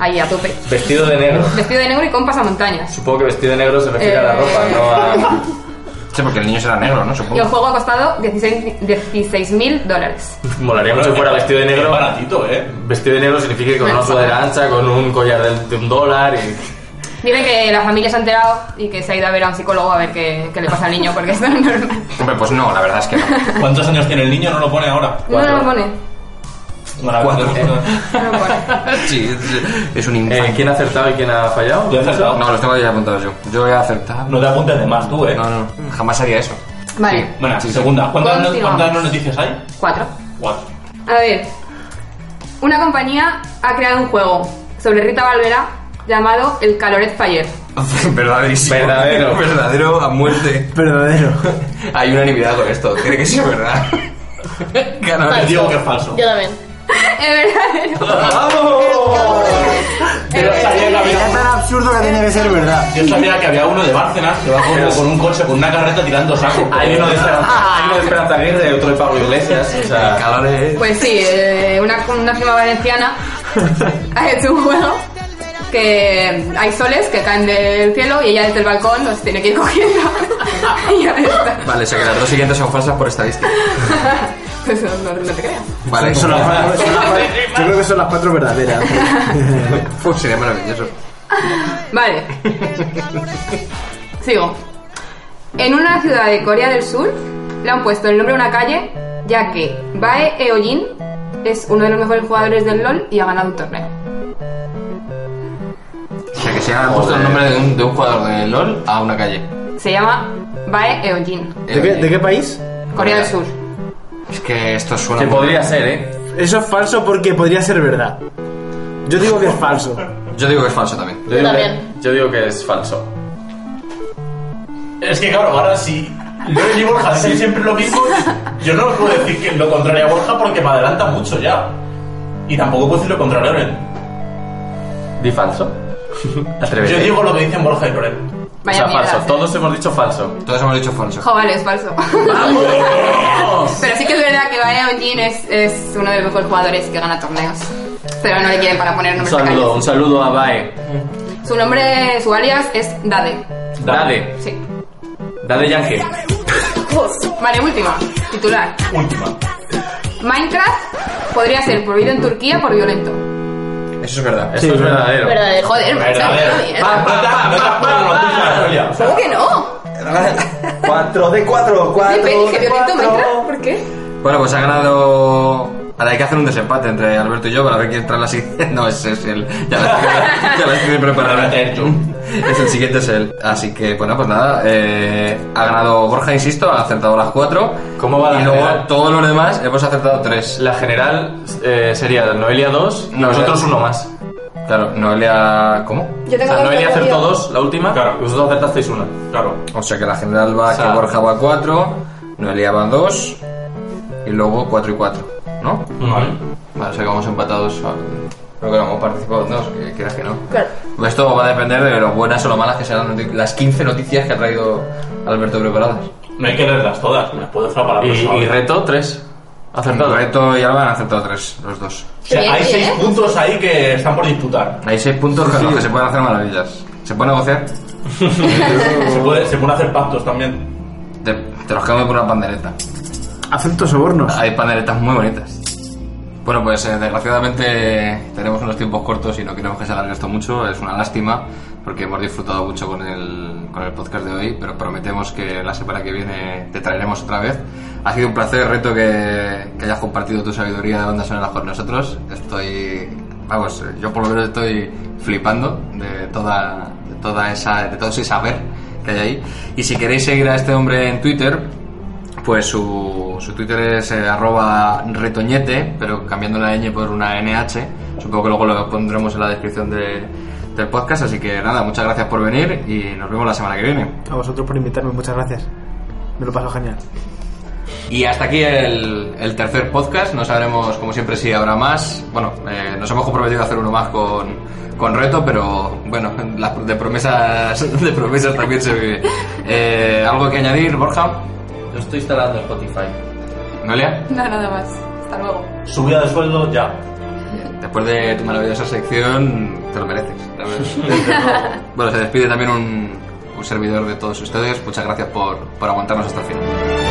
[SPEAKER 3] Ahí a tope.
[SPEAKER 2] Vestido de negro.
[SPEAKER 3] Vestido de negro y con pasamontañas.
[SPEAKER 2] Supongo que vestido de negro se refiere a la
[SPEAKER 3] Eh.
[SPEAKER 2] ropa, no a...
[SPEAKER 1] Sí, porque el niño será negro, ¿no?
[SPEAKER 3] Y el
[SPEAKER 1] Supongo.
[SPEAKER 3] juego ha costado 16 16 mil dólares.
[SPEAKER 2] [LAUGHS] Molaría mucho
[SPEAKER 4] Bueno,
[SPEAKER 2] que fuera vestido de
[SPEAKER 4] Es
[SPEAKER 2] negro.
[SPEAKER 4] baratito, ¿eh?
[SPEAKER 2] Vestido de negro significa que con una sudadera ancha, con un collar de, de un dólar y...
[SPEAKER 3] Dicen que la familia se ha enterado y que se ha ido a ver a un psicólogo a ver qué, qué le pasa al niño porque esto no es normal.
[SPEAKER 1] Hombre, pues no, la verdad es que no.
[SPEAKER 4] ¿Cuántos años tiene el niño? No lo pone ahora.
[SPEAKER 3] No, no lo pone.
[SPEAKER 4] Bueno,
[SPEAKER 1] Cuatro.
[SPEAKER 3] No lo pone.
[SPEAKER 1] [LAUGHS] Sí, es- es un infante.
[SPEAKER 2] Eh, ¿Quién ha acertado y quién ha fallado?
[SPEAKER 4] Yo he acertado.
[SPEAKER 1] No, los tengo ya apuntados yo. Yo he aceptado.
[SPEAKER 4] No te apuntes de más tú, ¿eh?
[SPEAKER 1] No, no, jamás haría eso.
[SPEAKER 3] Vale.
[SPEAKER 4] Bueno,
[SPEAKER 1] Sí, [LAUGHS]
[SPEAKER 4] segunda. ¿Cuántas, no-
[SPEAKER 3] Continuamos.
[SPEAKER 4] cuántas no noticias hay?
[SPEAKER 3] Cuatro.
[SPEAKER 4] Cuatro.
[SPEAKER 3] A ver. Una compañía ha creado un juego sobre Rita Valvera llamado El Caloret Fire.
[SPEAKER 1] Verdaderísimo. [LAUGHS]
[SPEAKER 2] Verdadero.
[SPEAKER 1] Verdadero a
[SPEAKER 5] [LAUGHS]
[SPEAKER 1] muerte.
[SPEAKER 5] Verdadero.
[SPEAKER 1] Hay unanimidad con esto. Tiene que ser verdad. Ganador.
[SPEAKER 6] Falso.
[SPEAKER 4] digo que es falso.
[SPEAKER 6] Yo también.
[SPEAKER 3] [LAUGHS] Es verdadero.
[SPEAKER 4] Pero sabía que
[SPEAKER 5] Era
[SPEAKER 3] Eh.
[SPEAKER 5] tan
[SPEAKER 4] había...
[SPEAKER 5] absurdo que tenía que ser verdad.
[SPEAKER 4] Yo sabía que había uno de Bárcenas que va como con un coche, con una carreta tirando sacos.
[SPEAKER 2] Hay uno de Esperanza, hay uno de Esperanza Aguirre y otro de Pablo Iglesias. O
[SPEAKER 1] El
[SPEAKER 2] sea,
[SPEAKER 1] calor es.
[SPEAKER 3] Pues sí, eh, una, una firma valenciana [LAUGHS] ha hecho un juego que hay soles que caen del cielo y ella desde el balcón los tiene que ir [LAUGHS] cogiendo. y ya está. [LAUGHS]
[SPEAKER 1] Vale, o sea que las dos siguientes son falsas por estadística.
[SPEAKER 3] Pues no, no- no te creas.
[SPEAKER 1] Vale, [LAUGHS]
[SPEAKER 5] Son las cuatro- son las cuatro- yo creo que son las cuatro verdaderas.
[SPEAKER 1] Uf, sería maravilloso.
[SPEAKER 3] Vale. Sigo. En una ciudad de Corea del Sur le han puesto el nombre a una calle, ya que Bae Eojin es uno de los mejores jugadores del LOL y ha ganado un torneo.
[SPEAKER 1] O sea que se ha puesto el nombre de un, de un jugador de LOL a una calle.
[SPEAKER 3] Se llama Bae Eojin,
[SPEAKER 5] ¿De qué, de qué país?
[SPEAKER 3] Corea del Sur.
[SPEAKER 1] Es que esto suena.
[SPEAKER 2] que
[SPEAKER 1] muy-
[SPEAKER 2] podría ser, ¿eh?
[SPEAKER 5] Eso es falso porque podría ser verdad. Yo digo que es falso.
[SPEAKER 1] Yo digo que es falso también.
[SPEAKER 2] Yo digo, que,
[SPEAKER 6] también.
[SPEAKER 2] yo digo que es falso.
[SPEAKER 4] Es que claro, ahora sí. Yo y Borja dicen siempre lo mismo. Yo no puedo decir que lo contrario a Borja porque me adelanta mucho ya. Y tampoco puedo decir lo contrario a Loren.
[SPEAKER 2] Di [LAUGHS] falso. Atrévete.
[SPEAKER 4] Yo digo lo que dicen Borja y Loren.
[SPEAKER 2] o
[SPEAKER 3] Vaya
[SPEAKER 2] sea,
[SPEAKER 3] mierda,
[SPEAKER 2] falso.
[SPEAKER 3] ¿eh?
[SPEAKER 2] Todos hemos dicho falso.
[SPEAKER 1] Todos hemos dicho falso.
[SPEAKER 3] Jo, vale, es falso. [LAUGHS] Pero sí que es verdad que Bae Eojin es, es uno de los mejores jugadores que gana torneos. Pero no le quieren para poner
[SPEAKER 2] Un
[SPEAKER 3] nombres a
[SPEAKER 2] saludo,
[SPEAKER 3] calles.
[SPEAKER 2] un saludo a Bae.
[SPEAKER 3] Su nombre, su alias es Dade.
[SPEAKER 2] Dale,
[SPEAKER 3] Sí.
[SPEAKER 2] dale Yankee.
[SPEAKER 3] Pues, Vale, última. Titular.
[SPEAKER 4] Última.
[SPEAKER 3] Minecraft podría ser prohibido en Turquía por violento. Eh,
[SPEAKER 1] Eso es verdad.
[SPEAKER 2] Eso es verdadero.
[SPEAKER 6] Verdadero.
[SPEAKER 3] Joder, me está diciendo
[SPEAKER 4] Verdadero.
[SPEAKER 3] mierda.
[SPEAKER 4] Va, va, va, No te has puesto noticias, Noelia. O sea,
[SPEAKER 3] ¿Cómo que no?
[SPEAKER 2] 4 de 4,
[SPEAKER 3] Sí, pero dije violento Minecraft. ¿Por qué?
[SPEAKER 1] Bueno, pues ha ganado. Ahora hay que hacer un desempate entre [LAUGHS] Alberto y yo para ver quién trae la siguiente. No, ese es el. Ya la estoy, ya la estoy
[SPEAKER 2] [LAUGHS]
[SPEAKER 4] Para
[SPEAKER 1] preparando.
[SPEAKER 4] meter yo.
[SPEAKER 1] es el siguiente es él. Así que, bueno, pues nada. eh, ha ganado Borja, insisto, ha acertado las cuatro.
[SPEAKER 2] ¿Cómo va la
[SPEAKER 1] Y luego
[SPEAKER 2] general?
[SPEAKER 1] todos los demás hemos acertado tres.
[SPEAKER 2] La general eh, sería Noelia 2 y
[SPEAKER 1] Noelia.
[SPEAKER 2] nosotros uno más.
[SPEAKER 1] Claro, Noelia. ¿Cómo?
[SPEAKER 9] Yo
[SPEAKER 2] O
[SPEAKER 9] tengo
[SPEAKER 2] sea,
[SPEAKER 9] dos
[SPEAKER 2] Noelia
[SPEAKER 9] perdidos.
[SPEAKER 2] acertó dos, la última,
[SPEAKER 4] Claro.
[SPEAKER 2] y vosotros acertasteis una.
[SPEAKER 4] Claro.
[SPEAKER 1] O sea que la general va,
[SPEAKER 2] O sea-
[SPEAKER 1] que Borja va a cuatro, Noelia va a dos, y luego cuatro y cuatro, ¿no?
[SPEAKER 4] Vale.
[SPEAKER 1] Vale, o sea que vamos empatados. ah, Creo que no hemos participado, no, que quieras que no. Pues
[SPEAKER 9] Claro.
[SPEAKER 1] Esto va a depender de lo buenas o lo malas que sean las noti- las 15 noticias que ha traído Alberto preparadas.
[SPEAKER 4] No hay que leerlas todas, me las puedo dejar para la
[SPEAKER 2] Y,
[SPEAKER 4] próxima.
[SPEAKER 2] y
[SPEAKER 4] vez.
[SPEAKER 2] reto 3. Acertado.
[SPEAKER 1] Reto y Alba han acertado tres, los dos.
[SPEAKER 4] O sea,
[SPEAKER 6] Bien,
[SPEAKER 4] hay
[SPEAKER 6] bien,
[SPEAKER 4] seis
[SPEAKER 6] ¿eh?
[SPEAKER 4] puntos ahí que están por disputar.
[SPEAKER 1] Hay seis puntos con los que se pueden hacer maravillas. ¿Se puede negociar?
[SPEAKER 4] Se, puede, se pueden hacer pactos también.
[SPEAKER 1] Te, te los cambio por una pandereta.
[SPEAKER 5] Acepto sobornos.
[SPEAKER 1] Hay panderetas muy bonitas. Bueno, pues eh, desgraciadamente tenemos unos tiempos cortos y no queremos que se alargue esto mucho. Es una lástima porque hemos disfrutado mucho con el, con el podcast de hoy, pero prometemos que la semana que viene te traeremos otra vez. Ha sido un placer, Reto, que, que hayas compartido tu sabiduría de bandas sonoras con nosotros. Estoy, vamos, yo por lo menos estoy flipando de toda, de toda esa, de todo ese saber que hay ahí. Y si queréis seguir a este hombre en Twitter, pues su, su Twitter es eh, arroba retoñete, pero cambiando la ñ por una NH. Supongo que luego lo pondremos en la descripción de- del podcast. Así que nada, muchas gracias por venir y nos vemos la semana que viene.
[SPEAKER 5] A vosotros por invitarme, muchas gracias. Me lo paso genial.
[SPEAKER 1] Y hasta aquí el, el tercer podcast. No sabremos, como siempre, si habrá más. Bueno, eh, nos hemos comprometido a hacer uno más con, con reto, pero bueno, [LAUGHS] las- de, promesas, [LAUGHS] de promesas también se vive. Eh, ¿Algo que añadir, Borja?
[SPEAKER 2] Yo estoy instalando Spotify.
[SPEAKER 1] ¿Noelia?
[SPEAKER 3] No, nada más. Hasta luego.
[SPEAKER 4] Subida de sueldo ya.
[SPEAKER 1] Después de tu maravillosa sección, te lo mereces. la verdad. bueno, se despide también un, un servidor de todos ustedes. Muchas gracias por, por aguantarnos hasta el final.